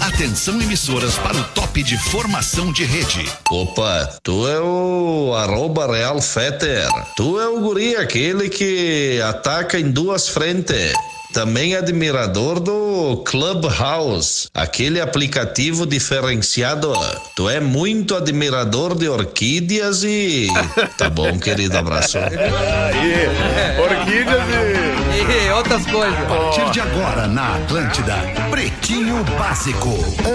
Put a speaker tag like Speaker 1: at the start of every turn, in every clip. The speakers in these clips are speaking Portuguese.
Speaker 1: Atenção emissoras para o top de formação de rede.
Speaker 2: Opa, tu é o arroba real fetter. Tu é o guri aquele que ataca em duas frentes. Também admirador do Clubhouse, aquele aplicativo diferenciado. Tu é muito admirador de orquídeas e. Tá bom, querido, abraço.
Speaker 3: Aí, orquídeas e.
Speaker 4: E outras coisas.
Speaker 1: A partir de agora na Atlântida, Pretinho Básico,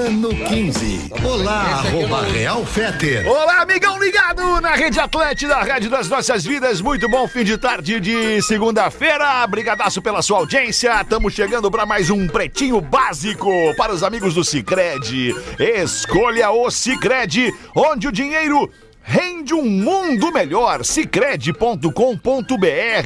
Speaker 1: ano 15. Olá, arroba Real Feter.
Speaker 3: Olá, amigão ligado na Rede Atlântida, a Rádio das Nossas Vidas. Muito bom fim de tarde de segunda-feira. Brigadaço pela sua audiência. Estamos chegando para mais um Pretinho Básico para os amigos do Cicred. Escolha o Cicred, onde o dinheiro Rende um mundo melhor. Cicred.com.br.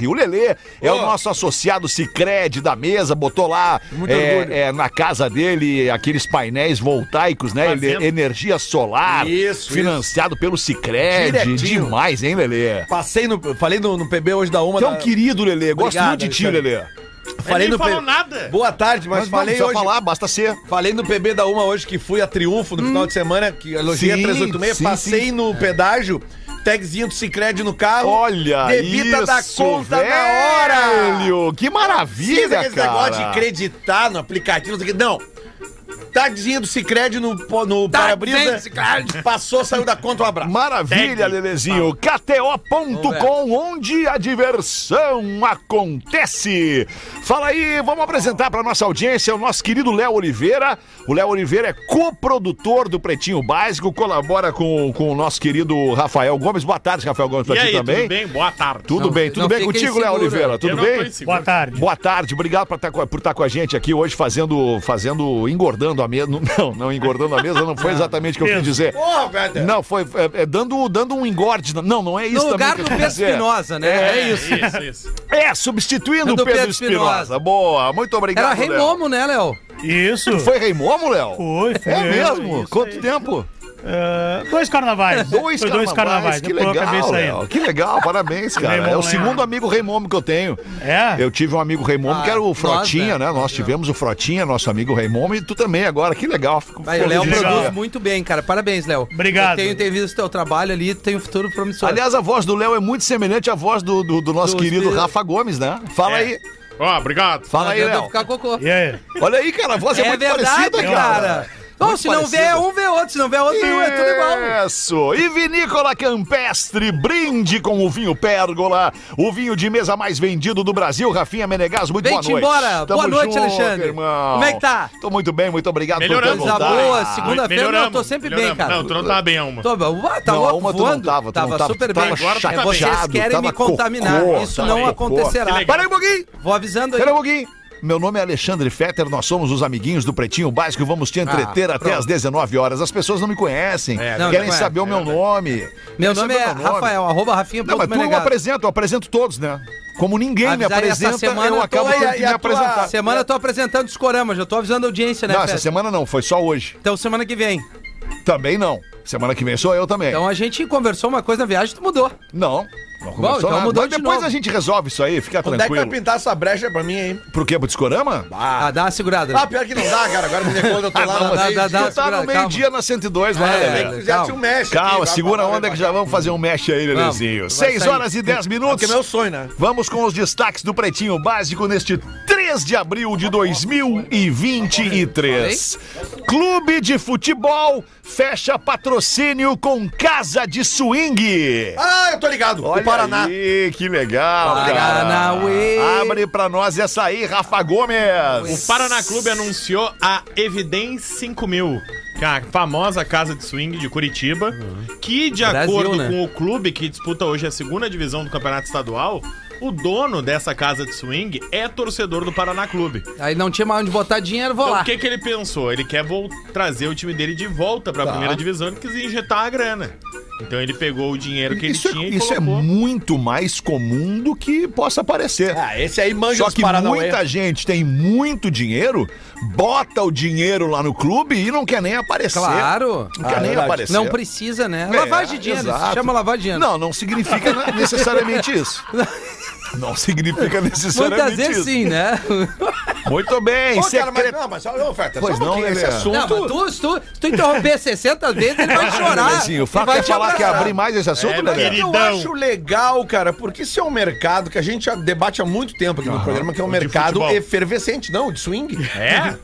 Speaker 3: O Lelê é o nosso associado Cicred da mesa, botou lá é, é, na casa dele aqueles painéis voltaicos, né? Ele- energia solar.
Speaker 5: Isso,
Speaker 3: financiado pelo Cicred.
Speaker 5: Direitinho.
Speaker 3: Demais, hein, Lelê?
Speaker 5: Passei no. Falei no, no PB hoje da uma.
Speaker 3: Então,
Speaker 5: da-
Speaker 3: querido Lelê, gosto
Speaker 5: Tá. Obrigado,
Speaker 3: muito de ti,
Speaker 5: Alexandre.
Speaker 3: Lelê.
Speaker 5: falei
Speaker 6: Ele
Speaker 5: no
Speaker 6: não falou
Speaker 5: P-
Speaker 6: nada.
Speaker 5: Boa tarde, mas,
Speaker 3: Mas não
Speaker 5: falei
Speaker 3: precisa
Speaker 5: hoje.
Speaker 3: falar, basta ser.
Speaker 5: Falei no PB da uma hoje que fui a Triunfo no final de semana, que elogiei a
Speaker 3: Sim,
Speaker 5: 386,
Speaker 3: sim,
Speaker 5: passei
Speaker 3: sim.
Speaker 5: no pedágio, tagzinho do Cicred no carro.
Speaker 3: Olha
Speaker 5: É um debita
Speaker 3: isso,
Speaker 5: da conta na hora.
Speaker 3: velho. Que maravilha,
Speaker 5: aquele
Speaker 3: cara.
Speaker 5: negócio de acreditar no aplicativo, não sei o quê. não. Tagzinho do Cicred no, po- no para-brisa. Passou, saiu da conta, um abraço.
Speaker 3: Maravilha, Lelezinho. KTO.com, onde a diversão acontece. Fala aí, vamos apresentar para nossa audiência o nosso querido Léo Oliveira. O Léo Oliveira é coprodutor do Pretinho Básico, colabora com, com o nosso querido Rafael Gomes. Boa tarde, Rafael Gomes,
Speaker 6: E
Speaker 3: para ti
Speaker 6: aí,
Speaker 3: também.
Speaker 6: tudo bem? Boa tarde.
Speaker 3: Tudo
Speaker 4: Não,
Speaker 3: bem, tudo
Speaker 4: não
Speaker 3: bem
Speaker 4: fiquem
Speaker 3: contigo, Léo
Speaker 4: segura.
Speaker 3: Oliveira? Tudo
Speaker 6: Eu não tô
Speaker 3: bem?
Speaker 6: inseguro.
Speaker 7: Boa tarde.
Speaker 3: Boa tarde, obrigado pra tá com- por estar com a gente aqui hoje fazendo, fazendo engordando a mesa. Não, não engordando a mesa, não foi exatamente o que eu quis dizer.
Speaker 5: Porra, velho.
Speaker 3: Não, foi é, é dando, dando um engorde. Não, não é isso
Speaker 4: No
Speaker 3: também
Speaker 4: lugar
Speaker 3: que
Speaker 4: do
Speaker 3: eu quis
Speaker 4: Pedro
Speaker 3: dizer.
Speaker 4: Espinosa, né? É, isso.
Speaker 6: Isso, isso.
Speaker 3: É, substituindo o
Speaker 4: É do
Speaker 3: Pedro,
Speaker 4: Pedro
Speaker 3: Espinosa.
Speaker 4: Espinosa.
Speaker 3: Boa, muito obrigado.
Speaker 4: Era Rei
Speaker 3: Léo.
Speaker 4: Momo, né, Léo?
Speaker 7: Isso.
Speaker 3: Foi Rei Momo, Léo?
Speaker 7: Foi, foi.
Speaker 3: É mesmo?
Speaker 7: Isso
Speaker 3: Quanto
Speaker 7: aí.
Speaker 3: tempo?
Speaker 7: Ah, dois carnavais.
Speaker 3: Dois,
Speaker 7: Foi
Speaker 3: carnavais,
Speaker 7: dois carnavais. né?
Speaker 3: que
Speaker 7: Depois eu acabei
Speaker 3: legal,
Speaker 7: saindo.
Speaker 3: Léo. Que legal, parabéns, cara.
Speaker 7: Rei
Speaker 3: é o
Speaker 7: Momo,
Speaker 3: segundo
Speaker 7: Léo.
Speaker 3: amigo Rei Momo que eu tenho.
Speaker 7: É?
Speaker 3: Eu tive um amigo Rei Momo
Speaker 4: Ah,
Speaker 3: que era o
Speaker 4: nós,
Speaker 3: Frotinha,
Speaker 4: né?
Speaker 3: né? Nós tivemos o Frotinha, nosso amigo Rei Momo, e tu também agora. Que legal. Fico
Speaker 4: Vai, o Léo
Speaker 7: legal.
Speaker 4: produz muito bem, cara. Parabéns, Léo.
Speaker 7: Obrigado.
Speaker 4: Eu tenho, tenho visto o teu trabalho ali, tem um futuro promissor.
Speaker 3: Aliás, a voz do Léo é muito semelhante à voz do, do- do nosso
Speaker 4: Do
Speaker 3: querido
Speaker 4: Espírito.
Speaker 3: Rafa Gomes, né? Fala
Speaker 7: É.
Speaker 3: aí.
Speaker 6: Ó, Ah, obrigado.
Speaker 3: Fala aí,
Speaker 4: Adianta
Speaker 3: Léo.
Speaker 4: ficar cocô.
Speaker 7: E aí?
Speaker 3: Olha aí, cara, a voz é, muito parecida, cara.
Speaker 4: Não,
Speaker 3: Muito
Speaker 4: se não vê é
Speaker 3: parecida.
Speaker 4: um, vê outro. Se não vê outro, vê um, é tudo igual.
Speaker 3: Isso! E Vinícola Campestre, brinde com o vinho Pérgola, o vinho de mesa mais vendido do Brasil. Rafinha Menegas, muito
Speaker 4: Vem-te
Speaker 3: boa noite.
Speaker 4: embora. Boa noite, Alexandre.
Speaker 3: irmão.
Speaker 4: Como é que tá?
Speaker 3: Tô muito bem, muito obrigado
Speaker 6: Melhorando.
Speaker 3: por ter
Speaker 4: Coisa
Speaker 3: voltado.
Speaker 4: boa, segunda-feira não, eu tô
Speaker 6: Melhoramos,
Speaker 4: sempre bem,
Speaker 6: melhoramos.
Speaker 4: cara.
Speaker 6: Não, tu não tá bem, Alma.
Speaker 4: Tô, ah, tá
Speaker 3: Não,
Speaker 4: louco,
Speaker 3: uma tu não
Speaker 4: voando.
Speaker 3: tava, tu
Speaker 4: tava
Speaker 3: não tava,
Speaker 4: super
Speaker 3: tu tava
Speaker 4: bem.
Speaker 6: chateado,
Speaker 4: é, vocês querem
Speaker 3: tava
Speaker 4: me contaminar.
Speaker 3: cocô,
Speaker 4: Isso
Speaker 3: tava
Speaker 4: não
Speaker 3: cocô.
Speaker 4: acontecerá.
Speaker 6: Que legal.
Speaker 3: Para aí um pouquinho!
Speaker 4: Vou avisando aí.
Speaker 3: Pera um pouquinho. Meu nome é Alexandre Fetter, nós somos os amiguinhos do Pretinho Básico, vamos te entreter
Speaker 4: Ah,
Speaker 3: até
Speaker 4: pronto. É,
Speaker 3: às 19 horas. As pessoas não me conhecem,
Speaker 4: não
Speaker 3: querem
Speaker 4: conhece,
Speaker 3: saber o meu nome. querem
Speaker 4: Meu nome
Speaker 3: saber
Speaker 4: é
Speaker 3: o meu nome.
Speaker 4: Rafael, arroba Rafinha.
Speaker 3: Não, mas tu não apresenta, eu apresento todos, né? Como ninguém me
Speaker 4: Avisar aí, essa
Speaker 3: apresenta,
Speaker 4: semana
Speaker 3: eu
Speaker 4: eu tô
Speaker 3: acabo
Speaker 4: aí,
Speaker 3: tendo
Speaker 4: aí
Speaker 3: que me
Speaker 4: a
Speaker 5: tua-
Speaker 3: apresentar.
Speaker 4: Semana eu tô apresentando os coramas, já tô avisando a audiência, né,
Speaker 3: Não, essa
Speaker 4: Fede?
Speaker 3: semana não, foi só hoje.
Speaker 4: Então semana que vem.
Speaker 3: Também não. Semana que vem sou eu também.
Speaker 4: Então a gente conversou uma coisa na viagem, tu mudou.
Speaker 3: Não. Não começou
Speaker 4: então
Speaker 3: nada.
Speaker 4: mudou
Speaker 3: Mas
Speaker 4: de
Speaker 3: depois
Speaker 4: novo.
Speaker 3: a gente resolve isso aí, fica
Speaker 5: Onde é que vai
Speaker 3: tranquilo.
Speaker 5: pintar essa brecha pra mim aí?
Speaker 3: Pro quê? Pro discorama?
Speaker 4: Ah, dá uma segurada.
Speaker 5: Ah, pior que não dá, cara. Agora me recordo, eu
Speaker 3: Ah,
Speaker 5: tô lá
Speaker 4: não,
Speaker 5: na
Speaker 4: mas-
Speaker 5: meio-dia.
Speaker 4: dá- dá-
Speaker 3: tu tá
Speaker 4: segura,
Speaker 3: no meio-dia na 102 lá,
Speaker 4: É,
Speaker 3: Lelê.
Speaker 4: dá-
Speaker 5: Já
Speaker 4: calma.
Speaker 5: se um mexe.
Speaker 3: Calma,
Speaker 5: aqui, vai
Speaker 3: segura a
Speaker 5: pra lá,
Speaker 3: onda que
Speaker 5: vai
Speaker 3: já
Speaker 5: pra lá.
Speaker 3: vamos fazer um mesh aí, Lelezinho.
Speaker 4: Vamos, vai
Speaker 3: 6
Speaker 4: sair.
Speaker 3: horas e 10
Speaker 5: Porque é
Speaker 3: minutos.
Speaker 5: meu sonho, né?
Speaker 3: Vamos com os destaques do Pretinho Básico neste 3 de abril de 2023. Clube de futebol fecha patrocínio com Casa de Swing.
Speaker 5: Ah, eu tô ligado.
Speaker 3: Olha
Speaker 5: o Paraná.
Speaker 3: aí, que legal, cara.
Speaker 4: Paranauê.
Speaker 3: Abre pra nós essa aí, Rafa Gomes.
Speaker 6: O Paraná Clube anunciou a Evidence 5000, que é a famosa casa de swing de Curitiba, que, de
Speaker 4: Brasil,
Speaker 6: acordo
Speaker 4: né?
Speaker 6: com o clube que disputa hoje a segunda divisão do Campeonato Estadual, o dono dessa casa de swing é torcedor do Paraná Clube.
Speaker 4: Aí não tinha mais onde botar dinheiro, vou
Speaker 6: Então,
Speaker 4: lá.
Speaker 6: o que, que ele pensou? Ele quer vol- trazer o time dele de volta pra
Speaker 3: Tá.
Speaker 6: primeira divisão e quis injetar a grana. Então ele pegou o dinheiro que
Speaker 3: Isso,
Speaker 6: ele
Speaker 3: é,
Speaker 6: tinha e
Speaker 3: isso é
Speaker 6: colocou.
Speaker 3: muito mais comum do que possa parecer.
Speaker 5: Ah, esse aí manja
Speaker 3: Só
Speaker 5: os
Speaker 3: que
Speaker 5: Paranauê.
Speaker 3: muita gente tem muito dinheiro, bota o dinheiro lá no clube e não quer nem aparecer.
Speaker 4: Claro.
Speaker 3: Não quer
Speaker 5: Ah,
Speaker 3: nem
Speaker 5: verdade.
Speaker 3: aparecer.
Speaker 4: Não precisa, né?
Speaker 3: É,
Speaker 4: lavagem de dinheiro, isso
Speaker 3: exato.
Speaker 4: se chama lavagem de dinheiro.
Speaker 3: Não, não significa na- necessariamente isso. Não significa necessariamente
Speaker 4: Muitas vezes
Speaker 3: isso.
Speaker 4: sim, né?
Speaker 3: Muito bem,
Speaker 5: Pô, cara, mas
Speaker 3: secretário.
Speaker 5: não, mas olha, ô, Feta,
Speaker 3: Pois
Speaker 5: só um
Speaker 3: não,
Speaker 5: pouquinho,
Speaker 3: Lelê.
Speaker 5: esse assunto.
Speaker 4: Não, mas tu, se tu, se tu interromper 60 vezes, ele vai chorar.
Speaker 3: Lelezinho, Ah, o
Speaker 4: Ele
Speaker 3: fato
Speaker 4: vai
Speaker 3: é
Speaker 4: te
Speaker 3: falar que
Speaker 4: abraçar.
Speaker 3: abrir mais esse assunto,
Speaker 6: É,
Speaker 3: Lelê?
Speaker 6: querido.
Speaker 5: Eu
Speaker 6: Queridão.
Speaker 5: acho legal, cara, porque isso é um mercado que a gente já debate há muito tempo aqui no programa, que é um
Speaker 6: de
Speaker 5: mercado
Speaker 6: futebol.
Speaker 5: efervescente, não, de swing.
Speaker 6: É?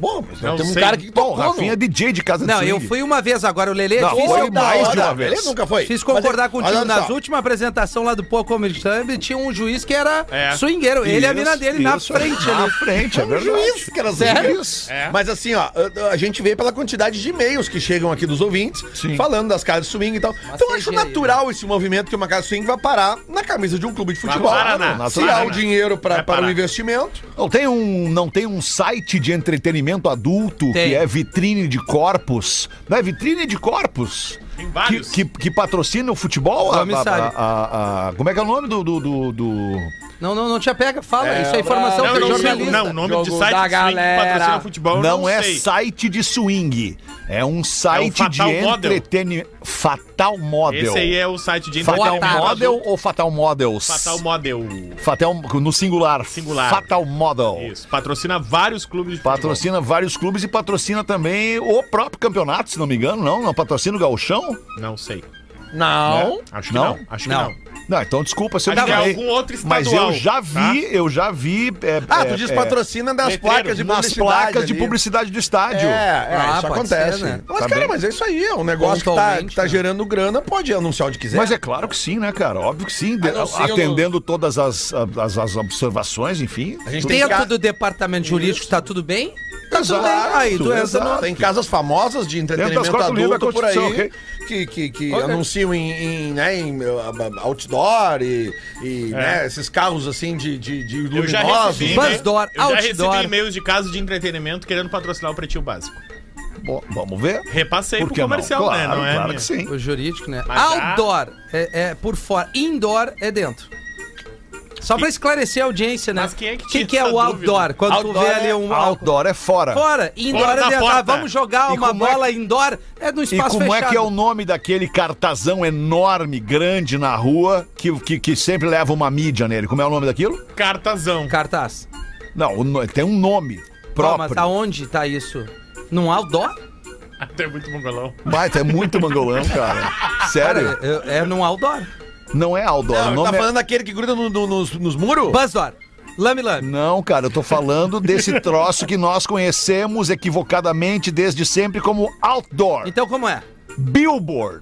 Speaker 5: Bom, mas
Speaker 6: Não
Speaker 5: tem um
Speaker 6: sei.
Speaker 5: cara que
Speaker 3: Bom,
Speaker 5: tocou,
Speaker 3: o Rafinha é DJ de casa de
Speaker 4: Não, eu
Speaker 3: swing.
Speaker 4: fui uma vez agora, o Lelê é
Speaker 3: Não,
Speaker 4: difícil.
Speaker 3: foi
Speaker 4: eu-
Speaker 5: da
Speaker 3: mais
Speaker 5: hora,
Speaker 3: de uma vez.
Speaker 5: Ele nunca
Speaker 6: é
Speaker 5: foi.
Speaker 4: Preciso concordar
Speaker 5: Mas, é-
Speaker 4: contigo.
Speaker 5: olha
Speaker 4: Na
Speaker 5: só,
Speaker 4: última apresentação lá do Pô Comedy Club, tinha um juiz que era
Speaker 6: É.
Speaker 4: swingueiro. Ele e a mina dele na
Speaker 3: Isso,
Speaker 4: frente
Speaker 3: Na
Speaker 4: ali.
Speaker 3: frente, é
Speaker 5: um
Speaker 3: verdade.
Speaker 5: juiz, cara,
Speaker 4: Sério?
Speaker 5: juiz.
Speaker 6: É.
Speaker 5: Mas assim, ó, a- a gente vê pela quantidade de e-mails que chegam aqui dos ouvintes
Speaker 3: Sim.
Speaker 5: falando das casas de swing e tal. então eu acho
Speaker 4: CGI,
Speaker 5: natural esse movimento que uma casa de swing vai parar na camisa de um clube de futebol.
Speaker 6: parar, né?
Speaker 5: Se
Speaker 6: Vai
Speaker 5: há o
Speaker 6: parar.
Speaker 5: dinheiro pra,
Speaker 6: Vai
Speaker 5: para o
Speaker 6: parar.
Speaker 5: investimento,
Speaker 3: Não tem um, não tem um site de entretenimento adulto
Speaker 4: Tem.
Speaker 3: que é vitrine de corpos. Não é vitrine de corpos?
Speaker 6: Tem vários.
Speaker 3: Que, que- que patrocina o futebol?
Speaker 4: Nome
Speaker 3: A- a-
Speaker 4: sabe.
Speaker 3: a- a- a- como é que é o nome do. do, do- do-
Speaker 4: Não, não, não te apega, fala.
Speaker 5: É,
Speaker 4: isso é informação
Speaker 6: Não,
Speaker 4: pra
Speaker 6: não sei.
Speaker 4: jornalista.
Speaker 6: Não, o nome de
Speaker 4: Jogo
Speaker 6: site
Speaker 4: da
Speaker 6: de swing que patrocina
Speaker 4: galera.
Speaker 6: futebol eu
Speaker 3: não é
Speaker 6: sei.
Speaker 3: site de swing. É um site de
Speaker 6: Fatal Model.
Speaker 3: entretenimento. Fatal Model.
Speaker 6: Esse aí é o site de
Speaker 3: Fatal
Speaker 4: Fatal
Speaker 3: Model ou Fatal Models?
Speaker 6: Fatal Model.
Speaker 3: Fatal no singular.
Speaker 6: Singular.
Speaker 3: Fatal Model.
Speaker 6: Isso. Patrocina vários clubes de futebol.
Speaker 3: Patrocina vários clubes e patrocina também o próprio campeonato, se não me engano, não? Não patrocina o Gauchão?
Speaker 6: Não sei.
Speaker 5: não.
Speaker 6: É, Acho
Speaker 3: Não?
Speaker 6: que não. Acho
Speaker 4: Não.
Speaker 6: que não.
Speaker 3: Né? Não, então desculpa se eu
Speaker 6: Acho que é
Speaker 3: enganei.
Speaker 6: algum outro estadual.
Speaker 3: Mas eu já vi,
Speaker 6: tá?
Speaker 3: eu já vi. é,
Speaker 5: Ah,
Speaker 3: é,
Speaker 5: tu diz
Speaker 3: é,
Speaker 5: patrocina das
Speaker 6: letreiro,
Speaker 5: placas de
Speaker 3: nas
Speaker 5: publicidade.
Speaker 3: placas de
Speaker 5: ali.
Speaker 3: publicidade do estádio.
Speaker 5: É, é
Speaker 4: Ah,
Speaker 5: isso
Speaker 4: pode
Speaker 5: acontece.
Speaker 4: ser, né?
Speaker 5: Mas,
Speaker 3: Tá
Speaker 5: cara,
Speaker 3: bem.
Speaker 5: mas é isso aí. É um negócio que tá,
Speaker 4: Pontualmente,
Speaker 5: tá
Speaker 4: né?
Speaker 5: gerando grana, pode anunciar onde quiser.
Speaker 3: Mas é claro que sim, né, cara? Óbvio que sim.
Speaker 5: Ah, não, sim, eu
Speaker 3: atendendo todas as, as, as observações, enfim.
Speaker 5: a gente tem
Speaker 4: Dentro
Speaker 5: ca-
Speaker 4: do departamento jurídico, tá tudo bem? Tá tudo
Speaker 5: Exato,
Speaker 4: bem. Aí, tu entra no...
Speaker 5: exato. Tem casas famosas de
Speaker 3: das
Speaker 5: entretenimento
Speaker 3: quatro linhas da
Speaker 5: adulto por aí
Speaker 3: Constituição,
Speaker 5: que, que, que anunciam em, em, né, em uh, uh, outdoor e, e, né, esses carros assim de, de, de
Speaker 6: Eu já
Speaker 5: luminosos.
Speaker 6: recebi,
Speaker 4: Buzz
Speaker 6: e-mail-
Speaker 4: door,
Speaker 6: eu já
Speaker 4: outdoor.
Speaker 6: recebi e-mails de casos de entretenimento querendo patrocinar o Pretinho Básico.
Speaker 3: Bom, vamos ver.
Speaker 6: Repassei
Speaker 3: Por
Speaker 6: pro
Speaker 3: que não?
Speaker 6: comercial,
Speaker 3: Claro,
Speaker 6: né? Não é
Speaker 3: claro
Speaker 6: minha.
Speaker 3: que sim.
Speaker 4: O jurídico, né?
Speaker 6: Mas já-
Speaker 4: Outdoor é, é por fora. Indoor é dentro. Só pra esclarecer a audiência, né?
Speaker 6: Mas quem é que
Speaker 4: O
Speaker 6: tira
Speaker 4: que, é
Speaker 6: essa
Speaker 4: o
Speaker 6: dúvida?
Speaker 4: outdoor? Quando tu
Speaker 5: Outdoor
Speaker 4: vê
Speaker 5: é
Speaker 4: ali um...
Speaker 3: Outdoor é fora.
Speaker 4: Fora, indoor
Speaker 6: Fora da
Speaker 4: é dentro.
Speaker 6: porta.
Speaker 4: Ah, vamos jogar
Speaker 3: E
Speaker 4: uma
Speaker 3: como é
Speaker 4: bola indoor, é no
Speaker 3: E
Speaker 4: espaço
Speaker 3: como
Speaker 4: fechado.
Speaker 3: é que é o nome daquele cartazão enorme, grande na rua, que, que, que sempre leva uma mídia nele? Como é o nome daquilo?
Speaker 6: Cartazão.
Speaker 4: Cartaz.
Speaker 3: Não, o no- tem um nome
Speaker 4: Ó,
Speaker 3: próprio.
Speaker 4: mas aonde tá isso? Num outdoor?
Speaker 6: Até muito mongolão.
Speaker 3: Baita, é muito mangolão, cara. Sério?
Speaker 4: Cara, é, é num outdoor.
Speaker 3: Não é Aldo. o
Speaker 5: Não,
Speaker 3: nome
Speaker 5: tá
Speaker 3: é-
Speaker 5: falando daquele que gruda no- no- nos, nos muros?
Speaker 4: Buzzdoor. Lame lame.
Speaker 3: Não, cara, eu tô falando desse troço que nós conhecemos equivocadamente desde sempre como outdoor.
Speaker 4: Então como é?
Speaker 3: Billboard.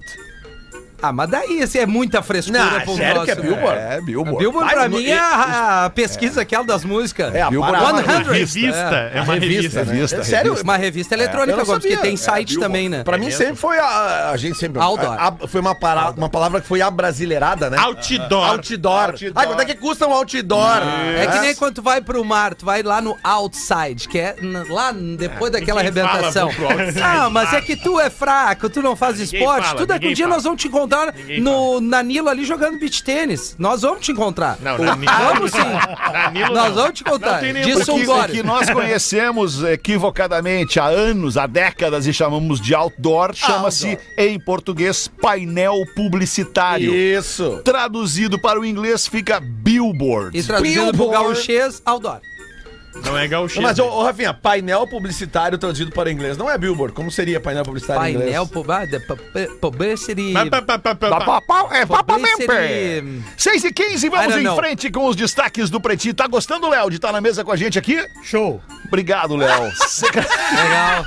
Speaker 4: Ah, mas daí assim, é muita frescura
Speaker 5: Não,
Speaker 4: pro
Speaker 5: sério
Speaker 4: nosso,
Speaker 5: que é
Speaker 4: né?
Speaker 5: Billboard?
Speaker 3: É,
Speaker 4: A
Speaker 3: Billboard.
Speaker 4: Billboard
Speaker 5: Mas
Speaker 4: pra
Speaker 5: no-
Speaker 4: mim é a, a pesquisa aquela das músicas.
Speaker 5: É, a
Speaker 3: Billboard
Speaker 5: parada.
Speaker 4: One Hundred. É.
Speaker 6: Revista. É, uma revista. né?
Speaker 3: Revista,
Speaker 5: Sério?
Speaker 3: revista.
Speaker 4: Uma revista
Speaker 5: Eu
Speaker 4: eletrônica,
Speaker 5: não
Speaker 4: Gomes, que
Speaker 5: sabia.
Speaker 4: tem
Speaker 5: É,
Speaker 4: site
Speaker 5: Billboard.
Speaker 4: também, né?
Speaker 5: Pra mim sempre foi a. A gente sempre.
Speaker 4: Outdoor.
Speaker 5: a- a- foi uma, para, uma palavra que foi abrasileirada, né?
Speaker 6: Outdoor.
Speaker 5: Outdoor. Ah, quanto é que custa um outdoor?
Speaker 4: É que nem quando tu vai pro mar, tu vai lá no outside, que é n- lá n- depois daquela
Speaker 6: É, ninguém
Speaker 4: arrebentação.
Speaker 6: fala pro outside.
Speaker 4: Ah, mas é que tu é fraco, tu não faz
Speaker 6: Ninguém
Speaker 4: esporte.
Speaker 6: fala,
Speaker 4: tu daqui um
Speaker 6: ninguém
Speaker 4: dia
Speaker 6: fala.
Speaker 4: nós vamos te encontrar
Speaker 6: Ninguém
Speaker 4: no Nanilo ali jogando beach tênis. Nós vamos te encontrar.
Speaker 6: Não, é Danilo.
Speaker 4: Vamos sim.
Speaker 6: Danilo
Speaker 4: Nós
Speaker 6: não.
Speaker 4: vamos te contar.
Speaker 6: Não tem nenhum-
Speaker 4: Disso-
Speaker 3: O que, o
Speaker 4: Sungório.
Speaker 3: é que nós conhecemos equivocadamente há anos, há décadas e chamamos de outdoor, chama-se em português painel publicitário.
Speaker 5: Isso.
Speaker 3: Traduzido para o inglês fica billboard.
Speaker 4: E traduzindo pro
Speaker 5: Billboard.
Speaker 4: gauchês, outdoor.
Speaker 6: Não é gauchês.
Speaker 5: Mas, ô, ô, Rafinha, painel publicitário traduzido para inglês não é billboard. Como seria painel publicitário em inglês?
Speaker 4: Painel, pub- ah, de- pu- pu- publicity...
Speaker 6: Pa, pa, pa, pa, pa,
Speaker 3: Da
Speaker 6: pa.
Speaker 3: papau- é papamempe.
Speaker 4: Publicity.
Speaker 3: 6 e 15
Speaker 4: I
Speaker 3: vamos
Speaker 4: don't
Speaker 3: em
Speaker 4: know.
Speaker 3: frente com os destaques do Pretinho. Tá gostando, Léo, de estar na mesa com a gente aqui?
Speaker 7: Show.
Speaker 3: Obrigado, Léo.
Speaker 4: Legal.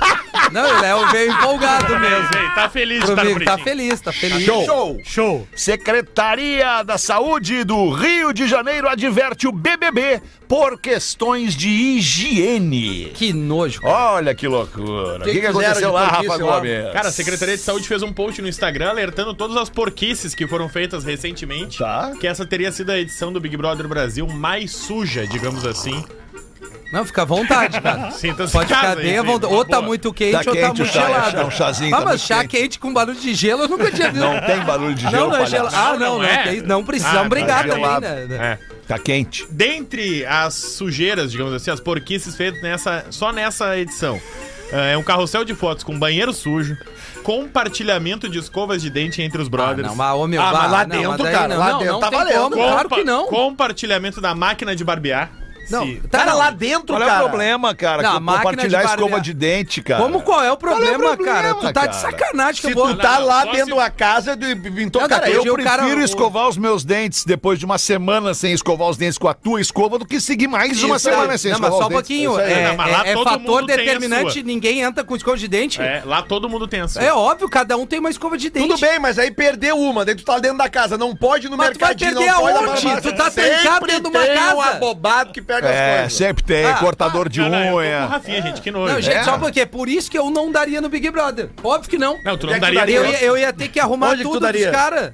Speaker 4: Não, o Léo veio empolgado mesmo.
Speaker 6: Ei, Tá feliz de estar no
Speaker 4: Comigo, tá
Speaker 6: Pretinho.
Speaker 4: feliz, tá feliz.
Speaker 5: Show!
Speaker 7: Show.
Speaker 3: Secretaria da Saúde do Rio de Janeiro adverte o BBB por questões de higiene.
Speaker 4: Que nojo, cara.
Speaker 3: Olha que loucura. O que,
Speaker 5: que
Speaker 3: que aconteceu
Speaker 5: fizeram de
Speaker 3: lá,
Speaker 5: porquice
Speaker 3: Rafa
Speaker 5: lá?
Speaker 3: Gomes?
Speaker 6: Cara, a Secretaria de Saúde fez um post no Instagram alertando todas as porquices que foram feitas recentemente.
Speaker 3: Tá.
Speaker 6: Que essa teria sido a edição do Big Brother Brasil mais suja, digamos assim.
Speaker 4: Não, fica à vontade, cara.
Speaker 6: Sinta-se
Speaker 4: Pode
Speaker 6: em casa,
Speaker 4: ficar bem à
Speaker 6: enfim,
Speaker 4: vontade.
Speaker 6: uma
Speaker 4: Ou tá
Speaker 6: boa.
Speaker 4: muito quente,
Speaker 3: Tá
Speaker 4: ou tá
Speaker 3: quente o
Speaker 4: muito
Speaker 3: chá,
Speaker 4: gelado.
Speaker 3: é, um chazinho,
Speaker 4: ah,
Speaker 3: tá
Speaker 4: mas
Speaker 3: muito
Speaker 4: chá
Speaker 3: quente.
Speaker 4: quente. com barulho de gelo eu nunca tinha visto.
Speaker 3: Não tem barulho de
Speaker 4: Não,
Speaker 3: gelo,
Speaker 4: não é gelo.
Speaker 3: palhaço.
Speaker 4: Ah, não, não.
Speaker 6: é.
Speaker 4: que isso. Não precisamos
Speaker 6: Ah,
Speaker 4: brigar
Speaker 6: tá
Speaker 4: também,
Speaker 3: gelado.
Speaker 4: né?
Speaker 6: É.
Speaker 8: Tá quente.
Speaker 6: Dentre as sujeiras, digamos assim, as porquices feitas nessa, só nessa edição. É um carrossel de fotos com banheiro sujo, compartilhamento de escovas de dente entre os brothers.
Speaker 4: não, mas, ô, meu,
Speaker 5: Ah,
Speaker 4: bah,
Speaker 5: mas lá
Speaker 4: não,
Speaker 5: dentro,
Speaker 4: daí
Speaker 5: cara,
Speaker 4: não,
Speaker 5: lá
Speaker 4: não,
Speaker 5: dentro
Speaker 4: não
Speaker 5: tá
Speaker 4: tem
Speaker 5: valendo.
Speaker 4: como, claro
Speaker 6: Compa-
Speaker 4: que não.
Speaker 6: Compartilhamento da máquina de barbear.
Speaker 4: Não,
Speaker 6: Se-
Speaker 4: tá,
Speaker 5: Cara,
Speaker 4: não.
Speaker 5: lá dentro,
Speaker 8: Qual é
Speaker 5: cara.
Speaker 8: o problema, cara?
Speaker 4: Não,
Speaker 8: Com-
Speaker 4: a máquina
Speaker 8: compartilhar
Speaker 4: de
Speaker 8: escova
Speaker 4: barbear.
Speaker 8: de dente, cara.
Speaker 4: Como qual é o problema,
Speaker 8: problema,
Speaker 4: cara? Tu tá
Speaker 8: cara?
Speaker 4: de sacanagem que
Speaker 5: Se
Speaker 4: eu vou...
Speaker 5: tu tá
Speaker 6: Não,
Speaker 5: lá
Speaker 6: só
Speaker 5: dentro
Speaker 6: se-
Speaker 5: de uma casa do pintor,
Speaker 4: Não,
Speaker 5: cara,
Speaker 4: depois
Speaker 5: eu
Speaker 4: de
Speaker 8: Eu
Speaker 4: o cara-
Speaker 8: prefiro
Speaker 4: o-
Speaker 8: escovar os meus dentes depois de uma semana sem escovar os dentes com a tua escova do que seguir mais uma
Speaker 4: Isso,
Speaker 8: semana
Speaker 4: não,
Speaker 8: sem
Speaker 4: não,
Speaker 8: escovar
Speaker 4: mas só um
Speaker 8: os dentes.
Speaker 4: pouquinho.
Speaker 6: aí.
Speaker 4: É,
Speaker 6: Não, mas lá
Speaker 4: é- é
Speaker 6: todo
Speaker 4: fator
Speaker 6: mundo tem a
Speaker 4: determinante,
Speaker 6: sua.
Speaker 4: ninguém entra com escova de dente. É.
Speaker 6: É, lá todo mundo tem a sua.
Speaker 4: óbvio, cada um tem uma escova de dente.
Speaker 5: Tudo bem, mas aí perdeu uma, daí tu tá dentro da casa, não pode ir no
Speaker 4: Mas tu vai
Speaker 5: mercadinho,
Speaker 4: perder
Speaker 5: não pode na
Speaker 4: aonde?
Speaker 5: farmácia.
Speaker 4: Tu tá trancado dentro de uma
Speaker 5: tem
Speaker 4: casa.
Speaker 5: um abobado que perde as
Speaker 8: É,
Speaker 5: coisas.
Speaker 8: sempre tem.
Speaker 4: Ah,
Speaker 8: cortador de
Speaker 6: Não, não, eu tô com o
Speaker 8: unha.
Speaker 6: Rafinha, gente, que nojo.
Speaker 4: Não, gente,
Speaker 8: É.
Speaker 4: só porque é por isso que eu não daria no Big Brother. Óbvio que não.
Speaker 6: Não, tu
Speaker 5: Onde é
Speaker 6: não
Speaker 5: que
Speaker 6: daria.
Speaker 5: daria?
Speaker 4: Eu ia, eu ia ter que arrumar
Speaker 5: Onde que tu
Speaker 4: tudo
Speaker 5: daria?
Speaker 4: dos caras.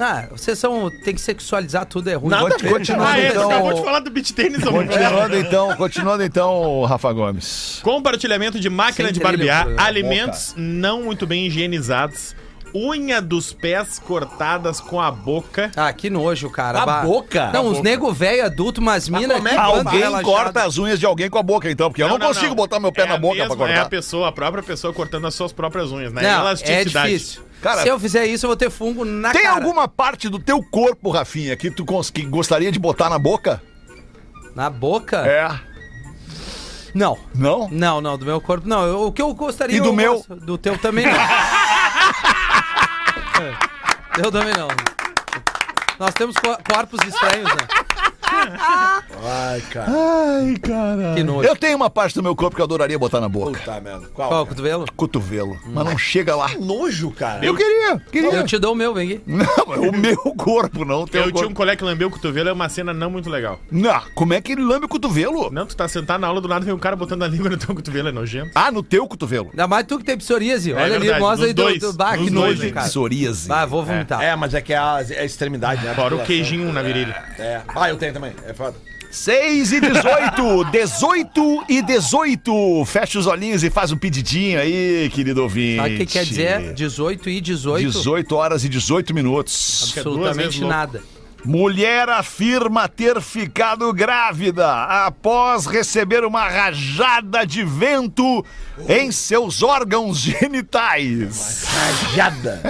Speaker 4: Ah, vocês são. Tem que sexualizar tudo, é ruim.
Speaker 5: Nada
Speaker 4: Conti-
Speaker 5: a ver.
Speaker 4: continuando,
Speaker 6: Ah, é, tu
Speaker 4: então.
Speaker 6: acabou de falar do beat tênis, É. ô,
Speaker 8: Continuando então, continuando então, Rafa Gomes.
Speaker 6: Compartilhamento de máquina
Speaker 4: Sem
Speaker 6: de
Speaker 4: trilha,
Speaker 6: barbear,
Speaker 4: programa.
Speaker 6: alimentos não muito bem higienizados, unha dos pés cortadas com a boca.
Speaker 4: Ah, que nojo, cara.
Speaker 5: A
Speaker 4: Bah.
Speaker 5: boca?
Speaker 4: Não,
Speaker 5: A
Speaker 4: uns nego velho, adulto, mas mina.
Speaker 5: como é
Speaker 4: que
Speaker 5: que
Speaker 4: bando
Speaker 8: Alguém
Speaker 4: relaxado.
Speaker 8: corta as unhas de alguém com a boca, então, porque eu não, consigo botar meu pé
Speaker 6: É
Speaker 8: na
Speaker 6: a
Speaker 8: boca
Speaker 6: mesma-
Speaker 8: pra cortar.
Speaker 6: É a pessoa, a própria pessoa cortando as suas próprias unhas, né?
Speaker 4: Não, é
Speaker 6: Elasticidade.
Speaker 4: difícil.
Speaker 8: Cara,
Speaker 4: Se eu fizer isso, eu vou ter fungo na
Speaker 8: Tem
Speaker 4: cara.
Speaker 8: alguma parte do teu corpo, Rafinha, que tu cons- que gostaria de botar na boca?
Speaker 4: Na boca?
Speaker 8: É.
Speaker 4: Não.
Speaker 8: Não?
Speaker 4: Não, não, do meu corpo não. Eu- o que eu gostaria
Speaker 8: E do
Speaker 4: eu
Speaker 8: meu?
Speaker 4: gosto. Do teu também não. É. eu também não. Nós temos co- corpos estranhos, né?
Speaker 5: Ai, cara.
Speaker 8: Ai, cara.
Speaker 4: Que nojo.
Speaker 8: Eu tenho uma parte do meu corpo que eu adoraria botar na boca.
Speaker 5: Puta merda. Tá, Qual?
Speaker 4: Qual, o cotovelo?
Speaker 8: Cotovelo. Mas não chega lá.
Speaker 5: Nojo, cara.
Speaker 8: Eu queria, queria.
Speaker 4: Eu te dou o meu, vem aqui.
Speaker 8: Não, é o meu corpo, não o teu
Speaker 6: Eu tinha um
Speaker 8: corpo.
Speaker 6: colega que lambeu o cotovelo, é uma cena não muito legal.
Speaker 8: Não, como é que ele lambe o cotovelo?
Speaker 6: Não, tu tá sentado na aula, do nada vem um cara botando a língua no teu cotovelo, é nojento.
Speaker 8: Ah, no teu cotovelo.
Speaker 4: Ainda mais tu que tem psoríase. Olha ali,
Speaker 6: É verdade,
Speaker 4: mostra
Speaker 6: dos
Speaker 4: aí do,
Speaker 6: dois,
Speaker 4: do bar, que
Speaker 6: dos dois,
Speaker 4: nojo,
Speaker 6: hein?
Speaker 4: cara.
Speaker 8: Psoríase.
Speaker 4: Ah, vou vomitar.
Speaker 5: É, mas é que é a, é a extremidade, né?
Speaker 6: Fora o queijinho na virilha.
Speaker 5: É. Ah, eu tenho também. É foda.
Speaker 8: 6 e 18, 18 e 18. Fecha os olhinhos e faz um pedidinho aí, querido ouvinte.
Speaker 4: Sabe o que quer dizer? 18 e 18.
Speaker 8: 18 horas e 18 minutos.
Speaker 6: é duas vezes
Speaker 4: Absolutamente
Speaker 6: louco.
Speaker 4: nada.
Speaker 8: Mulher afirma ter ficado grávida após receber uma rajada de vento em seus órgãos genitais.
Speaker 5: Rajada.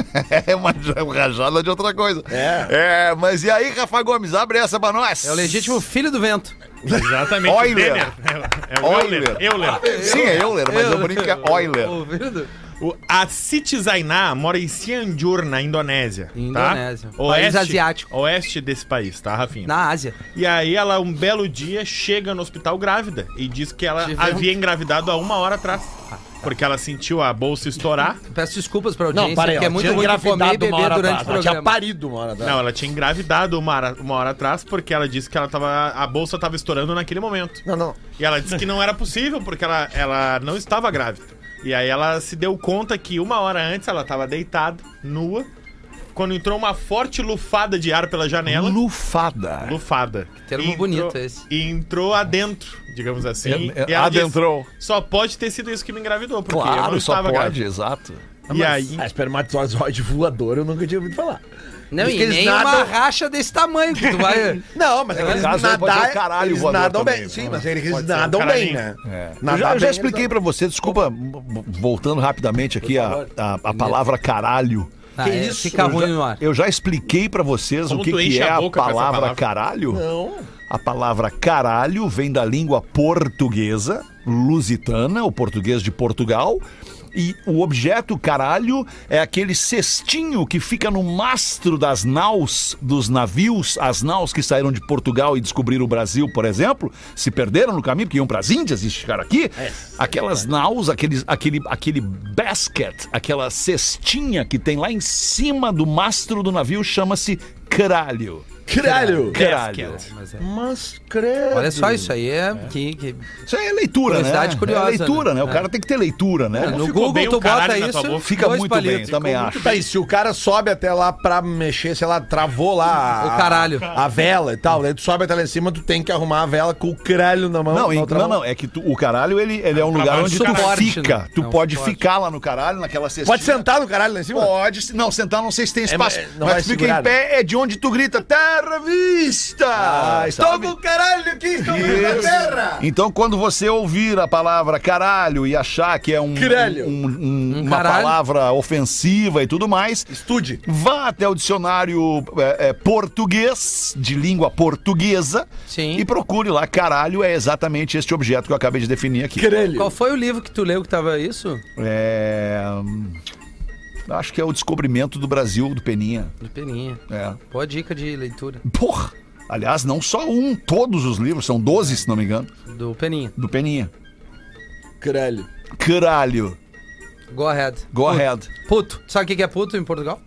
Speaker 8: É uma ja- rajada de outra coisa.
Speaker 5: É.
Speaker 8: É, mas e aí, Rafa Gomes, abre essa pra nós.
Speaker 4: É o legítimo filho do vento.
Speaker 6: Exatamente. o
Speaker 8: Euler.
Speaker 6: Denner. É, é o
Speaker 8: Euler.
Speaker 6: Euler. Euler.
Speaker 8: Sim, é Euler, mas eu brinco que é Euler.
Speaker 4: Ouvido?
Speaker 6: O, a Siti Zainá mora em Cianjur, na Indonésia.
Speaker 4: Indonésia.
Speaker 6: Tá?
Speaker 4: País asiático.
Speaker 6: Oeste desse país, tá, Rafinha?
Speaker 4: Na Ásia.
Speaker 6: E aí ela, um belo dia, chega no hospital grávida e diz que ela
Speaker 4: Tivemos-
Speaker 6: havia engravidado há uma hora atrás. Porque ela sentiu a bolsa estourar.
Speaker 4: Peço desculpas pra audiência,
Speaker 5: Não, para aí.
Speaker 4: porque é
Speaker 5: ó,
Speaker 4: muito
Speaker 5: tinha
Speaker 4: ruim comer e
Speaker 5: engravidado uma
Speaker 4: beber
Speaker 5: hora
Speaker 4: durante o
Speaker 5: atrás. ela Tinha
Speaker 4: programa.
Speaker 5: parido uma hora atrás.
Speaker 6: Não, ela tinha engravidado uma hora, uma hora atrás porque ela disse que ela tava, a bolsa estava estourando naquele momento.
Speaker 5: Não, não.
Speaker 6: E ela disse que não era possível porque ela, ela não estava grávida. E aí ela se deu conta que uma hora antes ela estava deitada, nua, quando entrou uma forte lufada de ar pela janela.
Speaker 8: Lufada.
Speaker 6: Lufada.
Speaker 4: termo
Speaker 6: E entrou-
Speaker 4: bonito esse.
Speaker 6: E entrou adentro, digamos assim.
Speaker 8: É, é,
Speaker 6: E ela disse,
Speaker 8: adentrou.
Speaker 6: só pode ter sido isso que me engravidou, porque eu não
Speaker 8: Claro, só
Speaker 6: estava
Speaker 8: pode,
Speaker 6: grávida.
Speaker 8: exato.
Speaker 6: E aí,
Speaker 5: Ah, espermatozoide voador eu nunca tinha ouvido falar.
Speaker 4: Não, e
Speaker 5: Porque eles
Speaker 4: nem uma
Speaker 5: nadam-
Speaker 4: racha desse tamanho que tu vai...
Speaker 5: Não, mas é que eles
Speaker 8: caso, aí pode ser o caralho
Speaker 5: eles
Speaker 8: voador
Speaker 5: nadam
Speaker 8: também,
Speaker 5: bem.
Speaker 8: né?
Speaker 5: Sim, mas é que eles
Speaker 6: Pode ser o
Speaker 5: nadam bem, né?
Speaker 6: caralhinho.
Speaker 8: Eu
Speaker 5: Nadar
Speaker 8: já, É. eu já
Speaker 5: bem,
Speaker 8: expliquei
Speaker 5: eles
Speaker 8: pra você, desculpa, m- m- voltando rapidamente aqui a, a, a palavra caralho.
Speaker 4: Ah, é,
Speaker 5: isso?
Speaker 4: Fica
Speaker 5: Eu
Speaker 4: ruim no ar.
Speaker 8: Eu já expliquei pra vocês
Speaker 6: Como
Speaker 8: o que,
Speaker 6: tu
Speaker 8: que
Speaker 6: enche
Speaker 8: é
Speaker 6: a
Speaker 8: a
Speaker 6: boca com essa
Speaker 8: palavra,
Speaker 6: palavra?
Speaker 8: caralho.
Speaker 5: Não.
Speaker 8: A palavra caralho vem da língua portuguesa, lusitana, o português de Portugal. E o objeto caralho é aquele cestinho que fica no mastro das naus dos navios, as naus que saíram de Portugal e descobriram o Brasil, por exemplo, se perderam no caminho porque iam para as Índias e chegaram aqui. Aquelas naus, aqueles, aquele, aquele basket, aquela cestinha que tem lá em cima do mastro do navio chama-se caralho.
Speaker 5: Caralho.
Speaker 8: Caralho.
Speaker 4: Mas é.
Speaker 5: Mas credo.
Speaker 4: Olha só, isso aí é... Que, que-
Speaker 8: Isso aí é leitura, né?
Speaker 4: Curiosidade curiosa,
Speaker 8: é leitura, né?
Speaker 4: né? É,
Speaker 8: O cara tem que ter leitura, né?
Speaker 4: No
Speaker 6: ficou bem
Speaker 4: Google tu
Speaker 6: o caralho
Speaker 4: bota
Speaker 6: na tua
Speaker 4: isso,
Speaker 6: boca?
Speaker 8: Fica
Speaker 4: dois
Speaker 8: muito
Speaker 4: palitos.
Speaker 8: bem, também acho.
Speaker 5: Tá, e se o cara sobe até lá pra mexer, sei lá, travou lá a,
Speaker 4: O caralho.
Speaker 5: a vela e tal, daí tu sobe até lá em cima, tu tem que arrumar a vela com o cralho na mão.
Speaker 8: Não,
Speaker 5: na
Speaker 8: em-
Speaker 5: outra
Speaker 8: não,
Speaker 5: mão.
Speaker 8: não, é que tu- o caralho, ele, ele é um lugar
Speaker 6: trabalho
Speaker 8: onde
Speaker 6: do
Speaker 8: tu
Speaker 4: caralho.
Speaker 8: fica.
Speaker 4: Suporte,
Speaker 8: Tu
Speaker 4: né? É um
Speaker 8: pode
Speaker 4: suporte.
Speaker 8: ficar lá no caralho, naquela cestinha.
Speaker 5: Pode sentar no caralho lá em cima?
Speaker 4: É,
Speaker 8: Pode. se- Não, sentar não sei se tem espaço.
Speaker 5: mas não vai
Speaker 4: né?
Speaker 8: mas tu fica
Speaker 5: segurar,
Speaker 8: em pé, é de onde tu grita. Tá,
Speaker 5: terra vista.
Speaker 4: Ah,
Speaker 5: Estou com o caralho que estou na terra.
Speaker 8: Então, quando você ouvir a palavra caralho e achar que é um,
Speaker 5: Cralho.
Speaker 8: um- um-
Speaker 4: Um
Speaker 8: uma
Speaker 4: caralho.
Speaker 8: palavra ofensiva e tudo mais,
Speaker 5: Estude.
Speaker 8: vá até o dicionário é, é, português, de língua portuguesa,
Speaker 4: Sim.
Speaker 8: e procure lá. Caralho é exatamente este objeto que eu acabei de definir aqui.
Speaker 4: Qual
Speaker 5: Crelho.
Speaker 4: foi o livro que tu leu que tava isso?
Speaker 8: É, hum, acho que é o descobrimento do Brasil, do Peninha.
Speaker 4: Do Peninha.
Speaker 8: É.
Speaker 4: Boa dica de leitura.
Speaker 8: Porra! Aliás, não só um, todos os livros, são 12, se não me engano,
Speaker 4: Do Peninha.
Speaker 8: do Peninha.
Speaker 5: Crelho.
Speaker 8: Caralho.
Speaker 4: Go ahead.
Speaker 8: Go ahead.
Speaker 4: Puto. Sabe o que que é puto em Portugal?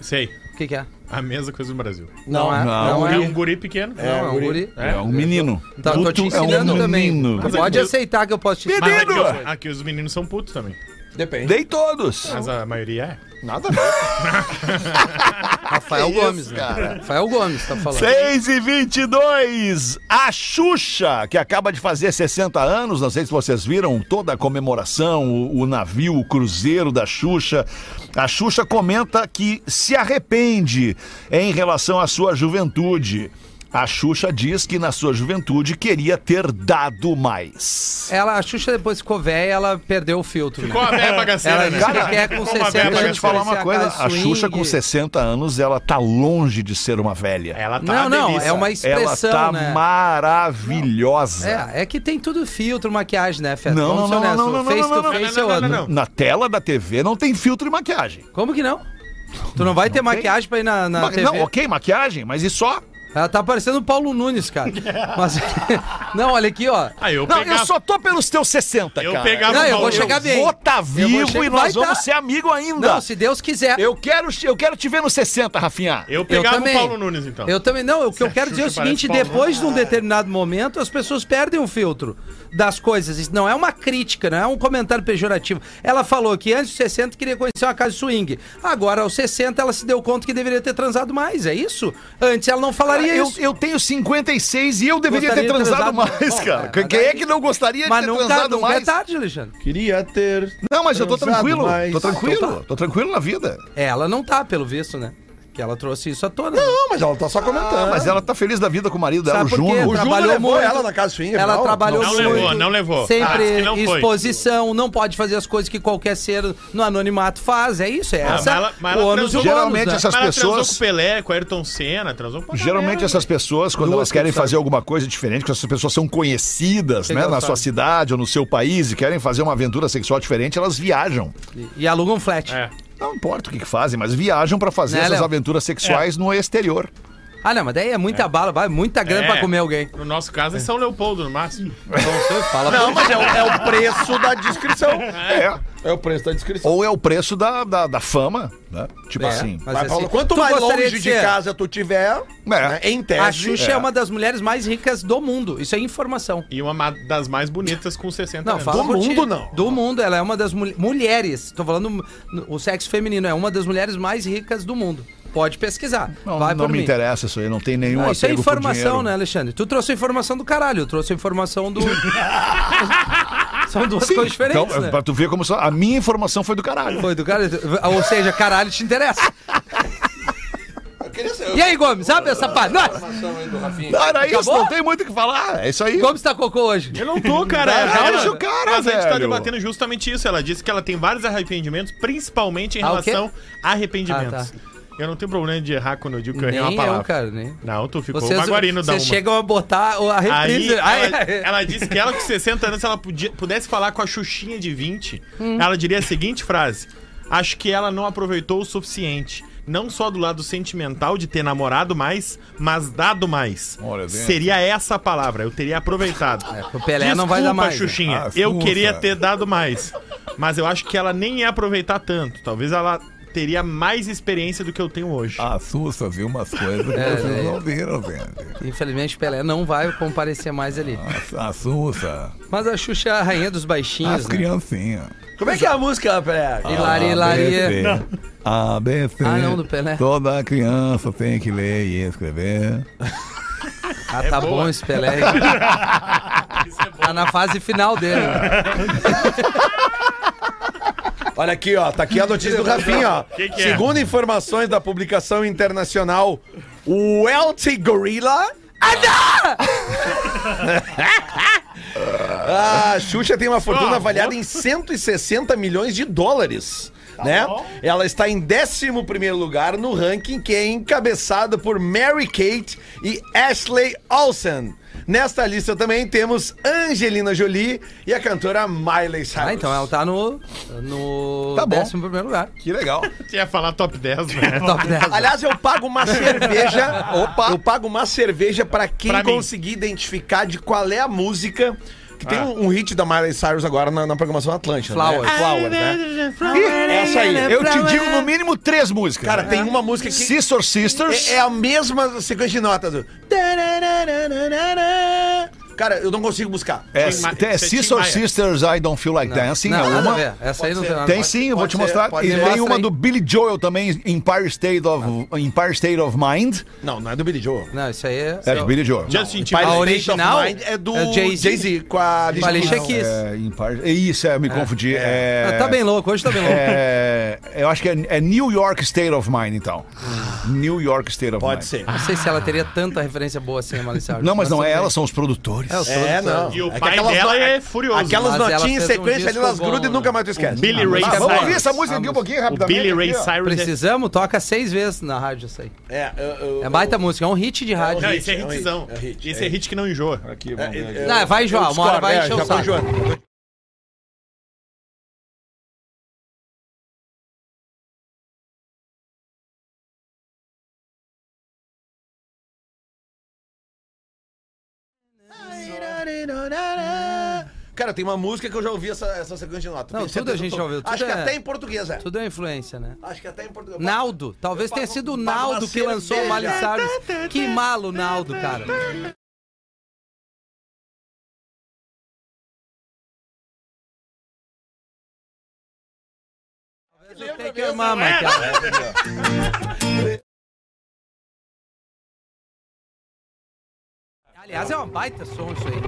Speaker 6: Sei.
Speaker 4: O que que é?
Speaker 6: A mesma coisa no Brasil.
Speaker 4: Não, é.
Speaker 8: não.
Speaker 4: Não
Speaker 6: É um
Speaker 4: é.
Speaker 6: guri pequeno.
Speaker 4: Não, é um
Speaker 5: guri.
Speaker 4: guri.
Speaker 8: É um menino.
Speaker 4: Tá, tô te
Speaker 8: Puto é um
Speaker 4: ensinando também.
Speaker 8: menino.
Speaker 4: Tu Pode aceitar que eu posso te ensinar.
Speaker 6: Mas aqui,
Speaker 8: Menino!
Speaker 6: os- aqui os meninos são putos também.
Speaker 5: Depende.
Speaker 8: Dei todos.
Speaker 6: Mas a maioria é.
Speaker 4: Rafael Gomes, né? Rafael Gomes tá falando.
Speaker 8: 6 e 22 a Xuxa, que acaba de fazer 60 anos, não sei se vocês viram toda a comemoração, o, o navio, o cruzeiro da Xuxa. A Xuxa comenta que se arrepende em relação à sua juventude. A Xuxa diz que na sua juventude queria ter dado mais.
Speaker 4: Ela, a Xuxa depois ficou velha ela perdeu o filtro. né?
Speaker 6: Ficou a velha
Speaker 4: Ela
Speaker 8: assim,
Speaker 6: bagaceira, né?
Speaker 4: disse que é quer com
Speaker 6: Ficou
Speaker 4: 60
Speaker 6: uma velha
Speaker 4: anos.
Speaker 8: Deixa eu te falar uma
Speaker 4: parecer
Speaker 8: coisa,
Speaker 4: casa
Speaker 8: a Xuxa
Speaker 4: é swing.
Speaker 8: com 60 anos, ela tá longe de ser uma velha.
Speaker 6: Ela tá
Speaker 4: Não, não,
Speaker 6: delícia.
Speaker 4: é uma
Speaker 8: Ela
Speaker 4: expressão,
Speaker 8: tá
Speaker 4: né?
Speaker 8: maravilhosa.
Speaker 4: É, é que tem tudo filtro, maquiagem, né, Fé?
Speaker 8: Não, não,
Speaker 4: Vamos ser
Speaker 8: não, não,
Speaker 4: honestos.
Speaker 8: não, não,
Speaker 4: o face
Speaker 8: não, não,
Speaker 4: to
Speaker 8: não,
Speaker 4: face
Speaker 6: não,
Speaker 4: é
Speaker 6: não,
Speaker 4: outro.
Speaker 6: não, não.
Speaker 8: Na tela da TV não tem filtro e maquiagem.
Speaker 4: Como que não? Tu não vai ter maquiagem pra ir na, na
Speaker 8: Ma-
Speaker 4: TV?
Speaker 8: Não, ok, maquiagem, mas e só?
Speaker 4: Ela tá parecendo o Paulo Nunes, cara. Mas- não, olha aqui, ó.
Speaker 6: Ah, eu
Speaker 8: não,
Speaker 6: pegava-
Speaker 8: eu só tô pelos teus 60,
Speaker 6: Eu
Speaker 8: cara.
Speaker 6: pegava
Speaker 4: Não, eu
Speaker 6: o
Speaker 4: vou
Speaker 6: Paulo-
Speaker 4: chegar bem.
Speaker 8: Vou tá vivo
Speaker 4: chegar-
Speaker 8: e nós
Speaker 4: vai
Speaker 8: vamos
Speaker 4: tá.
Speaker 8: ser amigos ainda.
Speaker 4: Não, se Deus quiser.
Speaker 8: eu, quero, eu quero te ver nos 60, Rafinha.
Speaker 6: Eu pegava o
Speaker 4: também.
Speaker 6: Paulo Nunes, então.
Speaker 4: Eu também não, o que eu
Speaker 6: Certo,
Speaker 4: quero dizer é o
Speaker 6: Xuxa parece
Speaker 4: seguinte,
Speaker 6: Paulo
Speaker 4: depois de um determinado momento, as pessoas perdem o filtro das coisas. Isso não é uma crítica, não é um comentário pejorativo. Ela falou que antes dos 60 queria conhecer uma casa de swing. Agora, aos 60, ela se deu conta que deveria ter transado mais, é isso? Antes ela não
Speaker 8: Cara,
Speaker 4: falaria
Speaker 8: Ah, eu,
Speaker 4: isso.
Speaker 8: eu tenho 56 e eu deveria
Speaker 4: Gostaria
Speaker 8: ter
Speaker 4: de
Speaker 8: transado,
Speaker 4: transado
Speaker 8: mais,
Speaker 4: mais. Bom,
Speaker 8: cara.
Speaker 4: é, mas
Speaker 8: Quem é
Speaker 4: daí-
Speaker 8: que não gostaria
Speaker 4: Mas
Speaker 8: de ter
Speaker 4: não tá,
Speaker 8: transado
Speaker 4: não é
Speaker 8: mais?
Speaker 4: tarde, Alexandre.
Speaker 5: Queria ter.
Speaker 8: Não, mas eu tô
Speaker 5: Transado
Speaker 8: tranquilo.
Speaker 5: mais.
Speaker 8: Tô tranquilo.
Speaker 4: Ah, então
Speaker 8: Tô tranquilo na vida.
Speaker 4: Ela não tá, pelo visto, né? Que ela trouxe isso à tona. né?
Speaker 5: Não, mas ela tá só
Speaker 8: Ah,
Speaker 5: comentando.
Speaker 8: mas ela tá feliz da vida com o marido dela,
Speaker 4: Sabe
Speaker 8: o
Speaker 4: por quê?
Speaker 8: Juno.
Speaker 5: O Juno
Speaker 4: trabalhou
Speaker 5: levou
Speaker 4: muito.
Speaker 5: ela na casa de swing,
Speaker 4: Ela
Speaker 5: não?
Speaker 4: trabalhou
Speaker 6: Não
Speaker 4: muito.
Speaker 6: levou, não levou. Ah, diz
Speaker 4: Sempre
Speaker 6: que não foi.
Speaker 4: exposição, não pode fazer as coisas que qualquer ser no anonimato faz. É isso, é essa.
Speaker 6: Ah, mas ela- mas ela
Speaker 4: o ônus e o
Speaker 6: transou-
Speaker 4: bônus,
Speaker 8: Geralmente
Speaker 4: né?
Speaker 8: essas
Speaker 6: Mas ela transou com
Speaker 8: pessoas.
Speaker 6: o Pelé, com o Ayrton Senna, transou com
Speaker 8: Geralmente essas pessoas, quando
Speaker 4: Duas
Speaker 8: elas querem
Speaker 4: que sabe.
Speaker 8: fazer alguma coisa diferente, quando essas pessoas são conhecidas,
Speaker 4: Que
Speaker 8: né,
Speaker 4: que
Speaker 8: na
Speaker 4: elas
Speaker 8: sua
Speaker 4: fazem?
Speaker 8: cidade ou no seu país e querem fazer uma aventura sexual diferente, elas viajam.
Speaker 4: E aluga um flat.
Speaker 6: É.
Speaker 8: Não importa o que, que fazem, mas viajam pra fazer
Speaker 4: Né,
Speaker 8: essas
Speaker 4: Léo? É.
Speaker 8: aventuras sexuais no exterior.
Speaker 4: Ah, não, mas daí é muita bala, vai muita grana
Speaker 6: É.
Speaker 4: pra comer alguém.
Speaker 6: No nosso caso é São Leopoldo, no máximo.
Speaker 4: Fala
Speaker 5: Não, mas é o, é o preço da descrição.
Speaker 8: É.
Speaker 5: É o preço da descrição.
Speaker 8: Ou é o preço da, da, da fama, né? Tipo
Speaker 4: É,
Speaker 8: assim.
Speaker 4: mas
Speaker 5: Mas,
Speaker 4: assim,
Speaker 5: Paulo, quanto
Speaker 4: tu
Speaker 5: mais
Speaker 4: gostaria
Speaker 5: longe de,
Speaker 4: ser-
Speaker 5: casa tu tiver, né, em tese.
Speaker 4: A Xuxa é. uma das mulheres mais ricas do mundo. Isso é informação.
Speaker 6: E uma ma- das mais bonitas com 60
Speaker 4: Não,
Speaker 6: anos.
Speaker 4: fala
Speaker 5: Do
Speaker 4: por ti.
Speaker 5: mundo, não.
Speaker 4: Do mundo, ela é uma das mul- mulheres. Tô falando m- o sexo feminino, é uma das mulheres mais ricas do mundo. Pode pesquisar.
Speaker 8: Não,
Speaker 4: vai
Speaker 8: não
Speaker 4: por
Speaker 8: me
Speaker 4: mim.
Speaker 8: interessa isso aí, não tem nenhum
Speaker 6: Ah,
Speaker 4: Não, isso é
Speaker 8: apego por
Speaker 4: informação,
Speaker 8: dinheiro.
Speaker 4: né, Alexandre? Tu trouxe a informação do caralho, eu trouxe a informação do. São duas
Speaker 8: Sim,
Speaker 4: coisas diferentes,
Speaker 8: então,
Speaker 4: né?
Speaker 6: é,
Speaker 8: pra tu ver como só- a minha informação foi do caralho.
Speaker 4: Foi do caralho. Ou seja, caralho te interessa. E aí, Gomes, abre essa parte. Nossa,
Speaker 8: Não, era isso,
Speaker 4: Acabou?
Speaker 8: não tem muito o que falar. É isso aí.
Speaker 4: Gomes tá cocô hoje.
Speaker 6: Eu não tô, cara.
Speaker 8: Dá-
Speaker 6: É,
Speaker 8: dá
Speaker 6: ela-
Speaker 8: isso, cara,
Speaker 6: Mas a gente tá
Speaker 8: velho.
Speaker 6: debatendo justamente isso. Ela disse que ela tem vários arrependimentos, principalmente em
Speaker 4: Ah, o quê?
Speaker 6: relação a arrependimentos.
Speaker 4: Ah,
Speaker 6: Eu não tenho problema de errar quando eu digo que eu
Speaker 4: Nem
Speaker 6: errei uma palavra.
Speaker 4: eu, cara, nem.
Speaker 6: Não, tu ficou
Speaker 4: Vocês,
Speaker 6: baguarino da uma.
Speaker 4: vocês chegam a botar o- a
Speaker 6: Aí,
Speaker 4: reprise. Ai,
Speaker 6: ela,
Speaker 4: ai.
Speaker 6: ela disse que ela com 60 anos, se ela podia- pudesse falar com a Xuxinha de 20,
Speaker 4: Hum.
Speaker 6: ela diria a seguinte frase. Acho que ela não aproveitou o suficiente. Não só do lado sentimental de ter namorado mais, mas dado mais.
Speaker 8: Olha, bem.
Speaker 6: Seria essa a palavra. Eu teria aproveitado.
Speaker 4: o É, Pelé não vai dar mais, né?
Speaker 6: Xuxinha.
Speaker 8: Ah,
Speaker 6: eu
Speaker 8: ufa.
Speaker 6: queria ter dado mais. Mas eu acho que ela nem ia aproveitar tanto. Talvez ela teria mais experiência do que eu tenho hoje.
Speaker 8: Ah.
Speaker 3: Assusta, viu? Umas coisas que
Speaker 4: É,
Speaker 3: vocês
Speaker 4: é.
Speaker 3: não viram, gente.
Speaker 4: Infelizmente, Pelé não vai comparecer mais ali.
Speaker 3: Assusta.
Speaker 4: Mas a Xuxa é a rainha dos baixinhos.
Speaker 3: As
Speaker 4: Né?
Speaker 3: criancinhas.
Speaker 5: Como é que é a música, Pelé?
Speaker 6: Ah,
Speaker 4: Hilari, hilari.
Speaker 3: ABC.
Speaker 4: é. Ah, não, do Pelé.
Speaker 3: Toda criança tem que ler e escrever.
Speaker 4: Ah,
Speaker 5: É
Speaker 4: tá bom esse Pelé. Tá na fase final dele. né?
Speaker 5: Olha aqui, ó. Tá aqui a notícia do Rafinha, ó.
Speaker 6: Que que é?
Speaker 5: Segundo informações da publicação internacional o Elty Gorilla. A Ah, Xuxa tem uma
Speaker 6: Ah,
Speaker 5: fortuna avaliada em 160 milhões de dólares.
Speaker 6: Tá
Speaker 5: né?
Speaker 9: bom.
Speaker 5: Ela está em 11 lugar no ranking, que é encabeçada por Mary Kate e Ashley Olsen. Nesta lista também temos Angelina Jolie e a cantora Miley Cyrus.
Speaker 4: Ah, então ela tá no, no
Speaker 8: Tá bom.
Speaker 4: décimo primeiro lugar.
Speaker 8: Que legal.
Speaker 6: Você ia falar top 10, né?
Speaker 4: Top 10.
Speaker 5: Aliás, eu pago uma cerveja. Opa! Eu pago uma cerveja pra quem
Speaker 6: Pra mim.
Speaker 5: conseguir identificar de qual é a música. Que
Speaker 4: Ah.
Speaker 5: tem um, um hit da Miley Cyrus agora na, na programação Atlântica.
Speaker 4: Flowers.
Speaker 5: Né? Flower, né? Essa aí.
Speaker 10: Eu te digo no mínimo três músicas.
Speaker 5: Cara, tem uma música que.
Speaker 10: Sister Sisters.
Speaker 5: É, é a mesma sequência de notas. do- Cara, eu não consigo buscar.
Speaker 10: É,
Speaker 6: Tim Ma-
Speaker 10: tem
Speaker 6: isso é Tim
Speaker 10: Sister
Speaker 6: Maia.
Speaker 10: Sisters, I Don't Feel Like Dancing,
Speaker 4: não,
Speaker 10: é
Speaker 4: nada a
Speaker 10: uma.
Speaker 4: ver. Essa aí não tem nada.
Speaker 10: Tem sim, eu vou
Speaker 5: Pode
Speaker 10: te
Speaker 5: ser,
Speaker 10: mostrar.
Speaker 5: pode
Speaker 10: E
Speaker 5: ser.
Speaker 10: tem
Speaker 4: Mostra
Speaker 10: uma
Speaker 4: aí. Ah.
Speaker 10: do Billy Joel também, Empire State of, Empire State of Mind.
Speaker 5: Não, não é do Billy Joe.
Speaker 4: Não, isso aí é...
Speaker 8: É de Billy Joel.
Speaker 6: Justin
Speaker 5: Pai
Speaker 6: Timberlake.
Speaker 5: do
Speaker 4: original
Speaker 5: State of Mind é do
Speaker 4: é Jay-Z.
Speaker 5: Jay-Z com a Alicia
Speaker 4: Alicia
Speaker 5: Keys.
Speaker 4: Keys.
Speaker 8: É, Empire... Isso, é, me confundi. É...
Speaker 4: Ah, Tá bem louco, hoje tá bem louco.
Speaker 8: É, eu acho que é, é New York State of Mind, então.
Speaker 4: Ah.
Speaker 8: New York State of Mind.
Speaker 5: Pode ser.
Speaker 4: Não sei se ela teria tanta referência boa assim, a Miley Cyrus.
Speaker 8: Não, mas não
Speaker 4: tudo
Speaker 8: é
Speaker 4: bem.
Speaker 8: ela, são os produtores. Ah,
Speaker 4: É, eu sou-
Speaker 5: É, não.
Speaker 6: E o
Speaker 5: que
Speaker 6: pai
Speaker 5: aquelas
Speaker 6: dela
Speaker 5: no-
Speaker 6: é furioso.
Speaker 5: Aquelas
Speaker 4: Mas ela
Speaker 5: notinhas em
Speaker 4: fez um
Speaker 5: sequência ali,
Speaker 4: disco
Speaker 5: elas
Speaker 4: bom,
Speaker 5: grudam e
Speaker 4: né?
Speaker 5: nunca mais tu esquece.
Speaker 6: Billy Ray
Speaker 8: Ah, vamos ouvir
Speaker 6: Cyrus.
Speaker 8: essa música aqui um pouquinho
Speaker 6: O
Speaker 8: rapidamente.
Speaker 6: Billy Ray
Speaker 8: aqui, ó.
Speaker 6: Cyrus
Speaker 4: Precisamos, toca seis vezes na rádio isso aí.
Speaker 5: É, eu- eu-
Speaker 4: É baita música, é um hit de
Speaker 6: é...
Speaker 4: rádio.
Speaker 6: Não, esse é
Speaker 5: É um hit,
Speaker 6: hitzão.
Speaker 5: é um hit,
Speaker 6: Esse
Speaker 5: é
Speaker 6: é hit que não enjoa.
Speaker 8: Aqui, vamos ver aqui.
Speaker 5: eu- É,
Speaker 4: Ah, vai enjoar, uma hora vai encher o
Speaker 5: já tô
Speaker 4: saco.
Speaker 5: enjoando. Cara, tem uma música que eu já ouvi essa, essa sequência de nota.
Speaker 4: Não,
Speaker 5: Tenho
Speaker 4: tudo
Speaker 5: certeza
Speaker 4: a gente
Speaker 5: que eu
Speaker 4: já
Speaker 5: tô-
Speaker 4: ouviu, tudo
Speaker 5: Acho que
Speaker 4: é-
Speaker 5: até em português, é.
Speaker 4: Tudo é influência, né?
Speaker 5: Acho que até em português.
Speaker 4: Naldo, talvez
Speaker 5: Eu
Speaker 4: tenha
Speaker 5: pago-
Speaker 4: sido
Speaker 5: pago
Speaker 4: Naldo
Speaker 5: uma
Speaker 4: que lançou o Miley
Speaker 5: cerveja.
Speaker 4: Cyrus. Que malo Naldo, cara. Eu tenho que amar, mas, cara. Aliás, é uma baita som isso aí.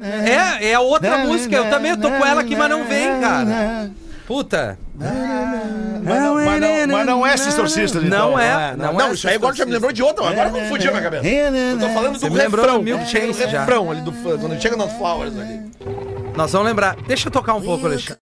Speaker 4: É, é
Speaker 8: Né,
Speaker 4: outra música, eu também tô com ela aqui, mas não vem, cara. Puta.
Speaker 8: Mas né. não, mas não- mas não é Sister Sister, então.
Speaker 4: Não
Speaker 5: Ah,
Speaker 4: é,
Speaker 5: não,
Speaker 4: não
Speaker 5: não,
Speaker 4: é.
Speaker 5: isso aí agora já me lembrou de outra, agora confundiu a minha cabeça. Eu tô falando
Speaker 4: Você
Speaker 5: do
Speaker 4: me lembrou
Speaker 5: refrão.
Speaker 4: do Milk Chance
Speaker 5: do
Speaker 4: já.
Speaker 5: refrão ali do quando chega no Flowers ali.
Speaker 4: Nós vamos lembrar. Deixa eu tocar um pouco, Alexandre.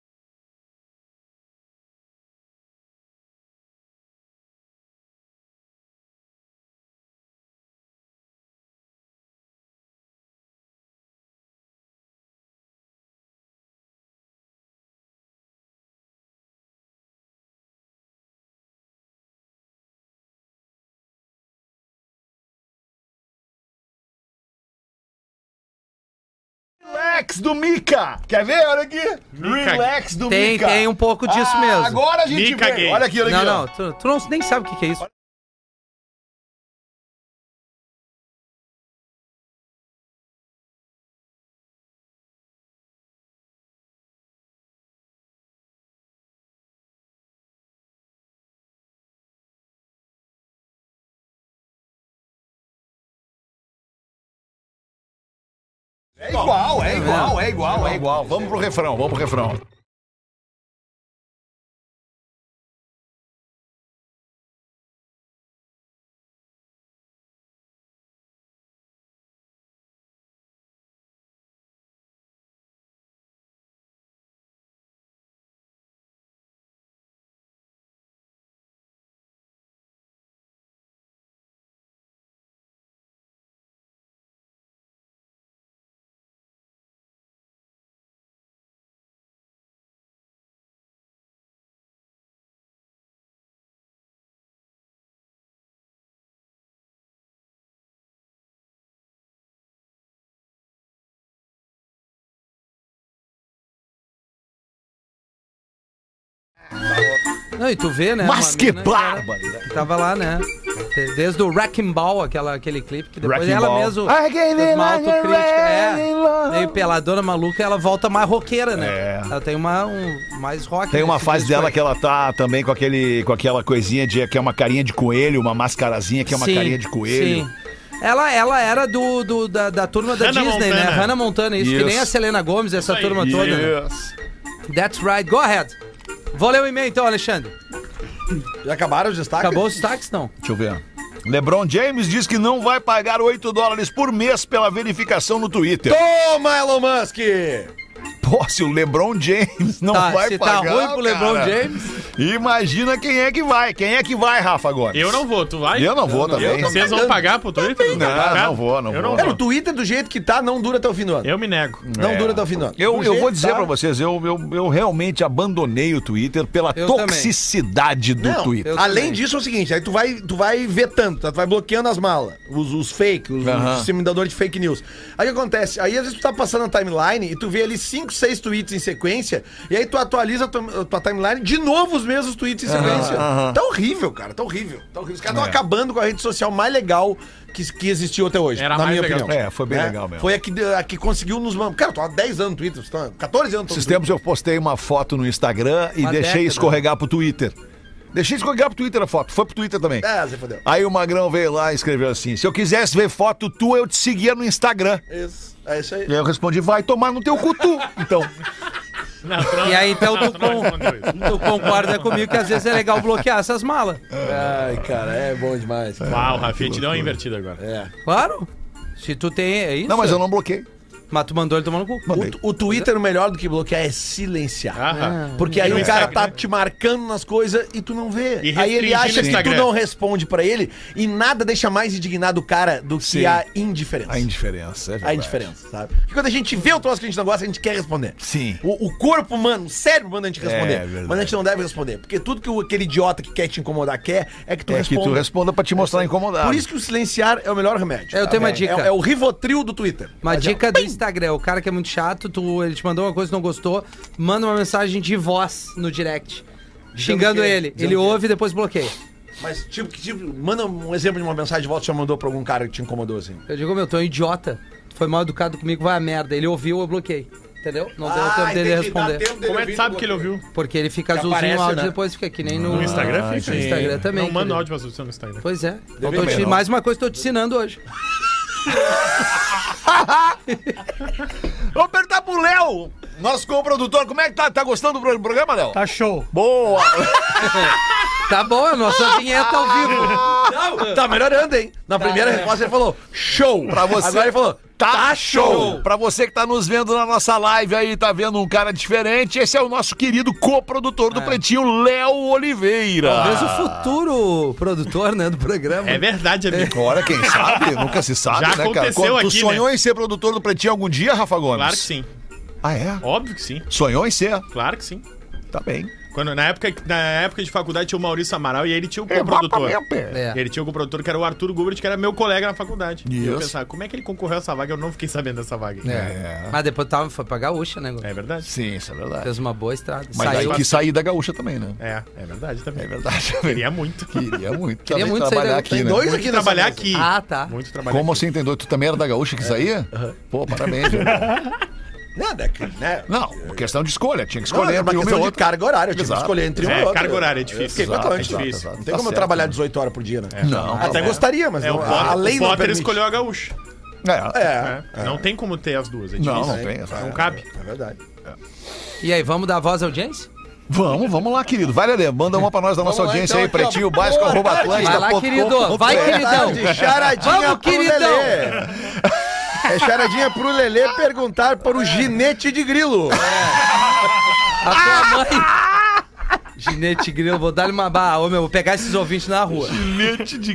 Speaker 8: Relax do Mika. Quer ver? Olha aqui. Relax do
Speaker 4: Tem,
Speaker 8: Mika.
Speaker 4: tem um pouco disso
Speaker 8: Ah,
Speaker 4: mesmo.
Speaker 8: Agora a gente
Speaker 6: Mika
Speaker 8: vê.
Speaker 6: gay.
Speaker 8: Olha aqui, olha aqui.
Speaker 4: Não,
Speaker 8: ó.
Speaker 4: não, tu, tu não, nem sabe o que, que é isso.
Speaker 8: É igual, é igual, é igual, é igual. Vamos pro refrão, vamos pro refrão.
Speaker 4: Não, e tu vê, né?
Speaker 8: Mas
Speaker 4: uma
Speaker 8: que
Speaker 4: mina
Speaker 8: barbaridade.
Speaker 4: que tava lá, né? Desde o Wrecking Ball, aquela, aquele clipe, que depois
Speaker 8: Wrecking
Speaker 4: ela
Speaker 8: Ball.
Speaker 4: mesmo fez uma autocrítica. É, meio peladona maluca, ela volta mais roqueira, né?
Speaker 8: É.
Speaker 4: Ela tem uma, um, mais rock.
Speaker 8: Tem uma
Speaker 4: nesse
Speaker 8: fase
Speaker 4: disco
Speaker 8: dela
Speaker 4: aí.
Speaker 8: que ela tá também com, aquele, com aquela coisinha de que é uma carinha de coelho, uma mascarazinha que é uma
Speaker 4: Sim,
Speaker 8: carinha de coelho.
Speaker 4: sim. Ela, ela era do, do- da, da turma da
Speaker 6: Hannah
Speaker 4: Disney, né?
Speaker 6: Montana.
Speaker 4: Hannah Montana, isso, que
Speaker 5: Isso.
Speaker 4: nem a Selena Gomes, essa turma toda. né? That's right. Go ahead. Vou ler o e-mail então, Alexandre.
Speaker 5: Já acabaram os destaques?
Speaker 4: Acabou os destaques, não?
Speaker 8: Deixa eu ver. LeBron James diz que não vai pagar 8 dólares por mês pela verificação no Twitter.
Speaker 5: Toma, Elon Musk! É
Speaker 8: Pô, se o LeBron James não
Speaker 4: Tá,
Speaker 8: vai
Speaker 4: se tá
Speaker 8: pagar.
Speaker 4: ruim pro LeBron
Speaker 8: cara,
Speaker 4: James.
Speaker 8: Imagina quem é que vai. Quem é que vai, Rafa, agora?
Speaker 6: Eu não vou, tu vai?
Speaker 8: Eu não vou também.
Speaker 6: Vocês vão pagar pro Twitter?
Speaker 8: Não,
Speaker 6: Obrigado.
Speaker 8: não vou, não
Speaker 6: eu
Speaker 8: vou.
Speaker 6: Não
Speaker 5: Cara, o Twitter do jeito que tá não dura até o fim do ano.
Speaker 6: Eu me nego.
Speaker 5: Não
Speaker 8: É.
Speaker 5: dura até o fim do ano.
Speaker 8: Eu,
Speaker 5: Do
Speaker 8: eu vou
Speaker 5: jeito
Speaker 8: dizer
Speaker 5: que tá-
Speaker 8: pra vocês, eu, eu, eu realmente abandonei o Twitter pela
Speaker 4: Eu também.
Speaker 8: toxicidade do
Speaker 5: Não,
Speaker 8: Twitter.
Speaker 4: eu
Speaker 5: além
Speaker 4: também.
Speaker 5: disso é o seguinte, aí tu vai, tu vai vetando, tá? tu vai bloqueando as malas, os, os fake, os,
Speaker 8: Aham.
Speaker 5: os disseminadores de fake news. Aí o que acontece, aí às vezes tu tá passando a timeline e tu vê ali 5, 6 tweets em sequência, e aí tu atualiza a tua, a tua timeline de novo os mesmos tweets em sequência. Tá horrível, cara, tá horrível. Tá horrível. Os caras estão
Speaker 8: É.
Speaker 5: acabando com a rede social mais legal que, que existiu até hoje,
Speaker 6: Era
Speaker 5: na
Speaker 6: mais
Speaker 5: minha
Speaker 6: legal.
Speaker 5: opinião.
Speaker 8: É, foi bem legal mesmo.
Speaker 5: né? Foi a que, a que conseguiu nos... man- Cara, eu tô há 10 anos no Twitter, vocês tão- 14 anos tô no
Speaker 8: Esses
Speaker 5: Twitter.
Speaker 8: tempos eu postei uma foto no Instagram e
Speaker 4: Uma
Speaker 8: deixei
Speaker 4: década.
Speaker 8: escorregar pro Twitter. Deixei escorregar pro Twitter a foto. Foi pro Twitter também.
Speaker 5: É, você fodeu.
Speaker 8: Aí o Magrão veio lá e escreveu assim: se eu quisesse ver foto tua, eu te seguia no Instagram.
Speaker 5: Isso, é isso aí.
Speaker 8: E aí eu respondi: vai tomar no teu cu tu. Então,
Speaker 6: Não, tu não-
Speaker 4: E aí então
Speaker 6: não,
Speaker 4: tu,
Speaker 6: tu não respondeu isso.
Speaker 4: con- tu concorda comigo que às vezes é legal bloquear essas malas.
Speaker 5: Ai, cara, é bom demais. cara.
Speaker 6: Uau, Rafinha, te deu uma invertida agora.
Speaker 5: É.
Speaker 4: Claro. Se tu tem, é isso.
Speaker 8: não, mas eu não bloqueei.
Speaker 4: Mas tu mandou ele tomar no cu.
Speaker 8: Mandei.
Speaker 5: O, o Twitter, o melhor do que bloquear é silenciar.
Speaker 6: Aham.
Speaker 5: Porque aí
Speaker 6: E no
Speaker 5: o cara tá
Speaker 6: Instagram?
Speaker 5: te marcando nas coisas e tu não vê.
Speaker 6: E
Speaker 5: Aí ele
Speaker 6: restringir
Speaker 5: acha
Speaker 6: no
Speaker 5: que tu
Speaker 6: Instagram.
Speaker 5: não responde pra ele e nada deixa mais indignado o cara do que
Speaker 8: Sim.
Speaker 5: a indiferença.
Speaker 8: A indiferença. É
Speaker 5: A
Speaker 8: verdade.
Speaker 5: indiferença, sabe? Porque quando a gente vê o troço que a gente não gosta, a gente quer responder.
Speaker 8: Sim. É,
Speaker 5: O, o corpo humano, o cérebro manda a gente responder.
Speaker 8: verdade.
Speaker 5: mas a gente não deve responder. Porque tudo que o- aquele idiota que quer te incomodar quer é que tu
Speaker 8: É que
Speaker 5: responda.
Speaker 8: tu responda pra te mostrar incomodado.
Speaker 5: Por isso que o silenciar é o melhor remédio.
Speaker 4: É, eu tenho uma
Speaker 5: É-
Speaker 4: dica.
Speaker 5: É, é o rivotril do Twitter.
Speaker 4: Uma
Speaker 5: Mas é-
Speaker 4: dica do Instagram, o cara que é muito chato, tu, ele te mandou uma coisa que não gostou, manda uma mensagem de voz no direct, xingando
Speaker 5: quê?
Speaker 4: ele.
Speaker 5: Dizendo
Speaker 4: ele
Speaker 5: o quê?
Speaker 4: ouve e depois bloqueia.
Speaker 5: Mas, tipo, que tipo, manda um exemplo de uma mensagem de volta que você mandou pra algum cara que te incomodou, assim.
Speaker 4: Eu digo, meu, tu é um idiota, tu foi mal educado comigo, vai a merda. Ele ouviu, eu bloqueei. Entendeu? Não
Speaker 5: Ah,
Speaker 4: deu tempo dele responder.
Speaker 6: Como é que sabe que ele ouviu?
Speaker 4: Porque ele fica azulzinho
Speaker 5: aparece,
Speaker 4: o áudio
Speaker 5: né?
Speaker 4: depois, fica que nem
Speaker 8: Ah,
Speaker 4: no, Ah,
Speaker 6: No Instagram
Speaker 4: No
Speaker 6: fica.
Speaker 4: Instagram também.
Speaker 6: Não manda
Speaker 4: querido.
Speaker 6: áudio pra você no Instagram.
Speaker 4: Pois é. Eu tô
Speaker 8: Deveria,
Speaker 4: te-
Speaker 8: não.
Speaker 4: mais uma coisa que eu tô te ensinando hoje.
Speaker 8: Vou perguntar pro Léo, nosso co-produtor, como é que tá? Tá gostando do programa, Léo?
Speaker 11: Tá show.
Speaker 8: Boa!
Speaker 4: Tá bom, é a nossa vinheta ao vivo.
Speaker 5: Não, tá melhorando, hein? Na primeira
Speaker 4: né?
Speaker 5: resposta ele falou, show.
Speaker 8: Pra você.
Speaker 5: Agora ele falou,
Speaker 8: Tá, show! Pra você que tá nos vendo na nossa live aí, tá vendo um cara diferente, esse é o nosso querido co-produtor do Pretinho, Léo
Speaker 4: Talvez o
Speaker 8: Oliveira.
Speaker 4: futuro produtor, né, do programa.
Speaker 6: É verdade, amigo.
Speaker 8: Agora, quem sabe, nunca se sabe,
Speaker 6: Já
Speaker 8: né, cara?
Speaker 6: aconteceu
Speaker 8: tu
Speaker 6: aqui,
Speaker 8: sonhou em ser produtor do Pretinho algum dia, Rafa Gomes?
Speaker 6: Claro que sim.
Speaker 8: Ah, é?
Speaker 6: Óbvio que sim.
Speaker 8: Sonhou em ser?
Speaker 6: Claro que sim.
Speaker 8: Tá bem.
Speaker 6: Quando, na, época, na época de faculdade tinha o Maurício Amaral e ele tinha o
Speaker 8: Tá
Speaker 6: co-produtor.
Speaker 4: É.
Speaker 6: Ele tinha o co-produtor que era o Arthur Gubert, que era meu colega na faculdade. E eu
Speaker 8: Isso.
Speaker 6: pensava, como é que ele concorreu a essa vaga? Eu não fiquei sabendo dessa vaga.
Speaker 8: É.
Speaker 4: Mas depois tava, foi pra gaúcha, né?
Speaker 6: É verdade?
Speaker 8: Sim, isso é verdade.
Speaker 4: Fez uma boa estrada.
Speaker 8: Mas
Speaker 4: Saiu.
Speaker 8: aí que sair da gaúcha também, né?
Speaker 6: É, é verdade também.
Speaker 8: É verdade.
Speaker 6: Queria muito.
Speaker 8: Queria muito.
Speaker 4: Queria
Speaker 8: também
Speaker 4: muito sair
Speaker 8: trabalhar
Speaker 4: da-
Speaker 8: aqui,
Speaker 5: tem
Speaker 8: né?
Speaker 5: dois aqui
Speaker 6: Muito
Speaker 5: nessa
Speaker 6: trabalhar
Speaker 5: mesa.
Speaker 6: aqui.
Speaker 4: Ah, tá.
Speaker 6: Muito trabalhar
Speaker 8: Como
Speaker 6: aqui.
Speaker 8: assim, tem dois? Tu também era da gaúcha que saía? Pô, parabéns. velho.
Speaker 5: Nada, é que, né?
Speaker 8: Não, questão de escolha. Tinha que
Speaker 5: Não,
Speaker 8: escolher
Speaker 5: era uma
Speaker 8: entre uma e
Speaker 5: questão de
Speaker 8: outra.
Speaker 5: carga horária, eu tive
Speaker 8: Exato.
Speaker 5: que escolher entre um e
Speaker 6: É,
Speaker 5: outro.
Speaker 6: carga horária é difícil.
Speaker 5: Fiquei quanto
Speaker 8: Exato,
Speaker 5: antes,
Speaker 8: exato,
Speaker 5: lá.
Speaker 8: exato.
Speaker 5: Não
Speaker 8: Tá
Speaker 5: tem como eu
Speaker 8: certo,
Speaker 5: trabalhar
Speaker 8: né?
Speaker 5: 18 horas por dia, né?
Speaker 8: Não.
Speaker 5: Até
Speaker 8: não.
Speaker 5: gostaria, mas
Speaker 6: É, o
Speaker 5: não, a a
Speaker 6: Potter,
Speaker 5: lei
Speaker 6: o
Speaker 5: não
Speaker 6: Potter
Speaker 5: permite.
Speaker 6: escolheu a gaúcha.
Speaker 8: É.
Speaker 5: É,
Speaker 6: É. Não tem como ter as duas, é difícil.
Speaker 8: Não, não tem.
Speaker 6: Não cabe.
Speaker 5: é verdade.
Speaker 4: E aí, vamos dar voz à audiência?
Speaker 8: Vamos, vamos lá, querido. Vai, Lelê, manda uma pra nós da nossa
Speaker 5: lá,
Speaker 8: audiência
Speaker 5: então,
Speaker 8: aí,
Speaker 5: aqui, ó.
Speaker 8: pretinho básico,
Speaker 5: Boa
Speaker 8: arroba
Speaker 5: tarde.
Speaker 8: atlântida
Speaker 4: Vai lá,
Speaker 8: ponto
Speaker 4: querido.
Speaker 8: com
Speaker 4: Vai,
Speaker 8: ponto com.
Speaker 4: querido. Queridão.
Speaker 5: Tarde, charadinha pro
Speaker 4: Vamos, queridão.
Speaker 5: Lelê. É charadinha pro Lelê perguntar para o ginete de grilo.
Speaker 4: A tua mãe. Ginete Grilo, vou dar-lhe uma barra. Ô, meu, vou pegar esses ouvintes na rua.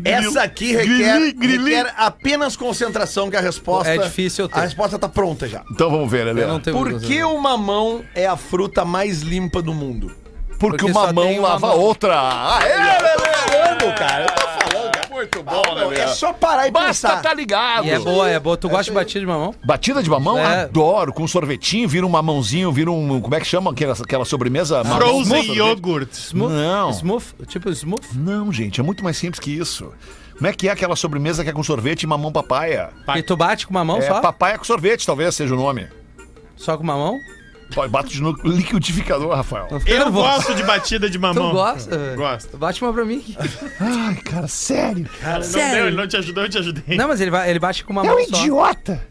Speaker 5: Essa aqui requer, requer apenas concentração, que a resposta.
Speaker 4: É difícil eu ter.
Speaker 5: A resposta tá pronta já.
Speaker 8: Então vamos ver, Lelê.
Speaker 4: Eu não tenho
Speaker 5: Por
Speaker 4: dúvida.
Speaker 5: que o mamão é a fruta mais limpa do mundo?
Speaker 8: Porque,
Speaker 4: Porque
Speaker 8: uma
Speaker 4: só tem
Speaker 8: mão
Speaker 4: uma
Speaker 8: lava
Speaker 4: mão.
Speaker 8: outra. Aê, Lelê!
Speaker 5: Falando, cara. Eu tô falando, cara. Muito bom, É só parar e
Speaker 8: Basta,
Speaker 5: pensar.
Speaker 8: tá ligado.
Speaker 4: E é boa, é boa. Tu gosta de batida de mamão?
Speaker 8: Batida de mamão,
Speaker 4: É.
Speaker 8: adoro. Com sorvetinho, vira um mamãozinho, vira um... Como é que chama aquela, aquela sobremesa? Mamão com
Speaker 6: Frozen
Speaker 8: sorvete.
Speaker 6: Yogurt.
Speaker 4: Smooth?
Speaker 8: Não.
Speaker 4: Smooth? Tipo smooth?
Speaker 8: Não, gente, é muito mais simples que isso. Como é que é aquela sobremesa que é com sorvete e mamão papaya?
Speaker 4: E tu bate com mamão
Speaker 8: é
Speaker 4: só?
Speaker 8: papaya com sorvete, talvez seja o nome.
Speaker 4: Só com mamão?
Speaker 8: Pô, eu bato de novo com o liquidificador, Rafael.
Speaker 6: Eu
Speaker 4: nervoso.
Speaker 6: gosto de batida de
Speaker 4: Tu
Speaker 6: mamão.
Speaker 4: gosta?
Speaker 6: Gosto.
Speaker 4: Bate uma pra mim.
Speaker 8: Ai, cara, sério.
Speaker 6: Cara, não
Speaker 4: Sério?
Speaker 6: deu, ele não te ajudou, eu te ajudei.
Speaker 4: Não, mas ele, vai, ele bate com uma
Speaker 8: É
Speaker 4: mão
Speaker 8: um
Speaker 4: só.
Speaker 8: idiota.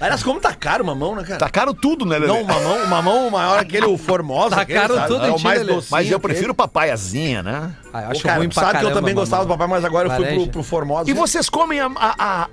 Speaker 5: Aliás, como tá caro o mamão, né, cara?
Speaker 8: Tacaram tudo, né, Lelê?
Speaker 5: Não, o mamão, o mamão maior, aquele o formoso. aquele,
Speaker 4: Tacaram
Speaker 5: sabe?
Speaker 4: tudo
Speaker 5: é
Speaker 4: em
Speaker 5: o
Speaker 4: ti,
Speaker 5: mais
Speaker 4: Lelê.
Speaker 5: docinho.
Speaker 8: Mas eu
Speaker 5: aquele.
Speaker 8: prefiro papaiazinha, né?
Speaker 4: Ah, eu
Speaker 5: Ô,
Speaker 4: acho
Speaker 5: cara,
Speaker 4: ruim pra
Speaker 5: sabe que eu
Speaker 4: caramba,
Speaker 5: também gostava do
Speaker 4: mamão.
Speaker 5: papai, mas agora eu fui pro,
Speaker 4: Laranja.
Speaker 5: pro formoso.
Speaker 8: E vocês comem a, a, a,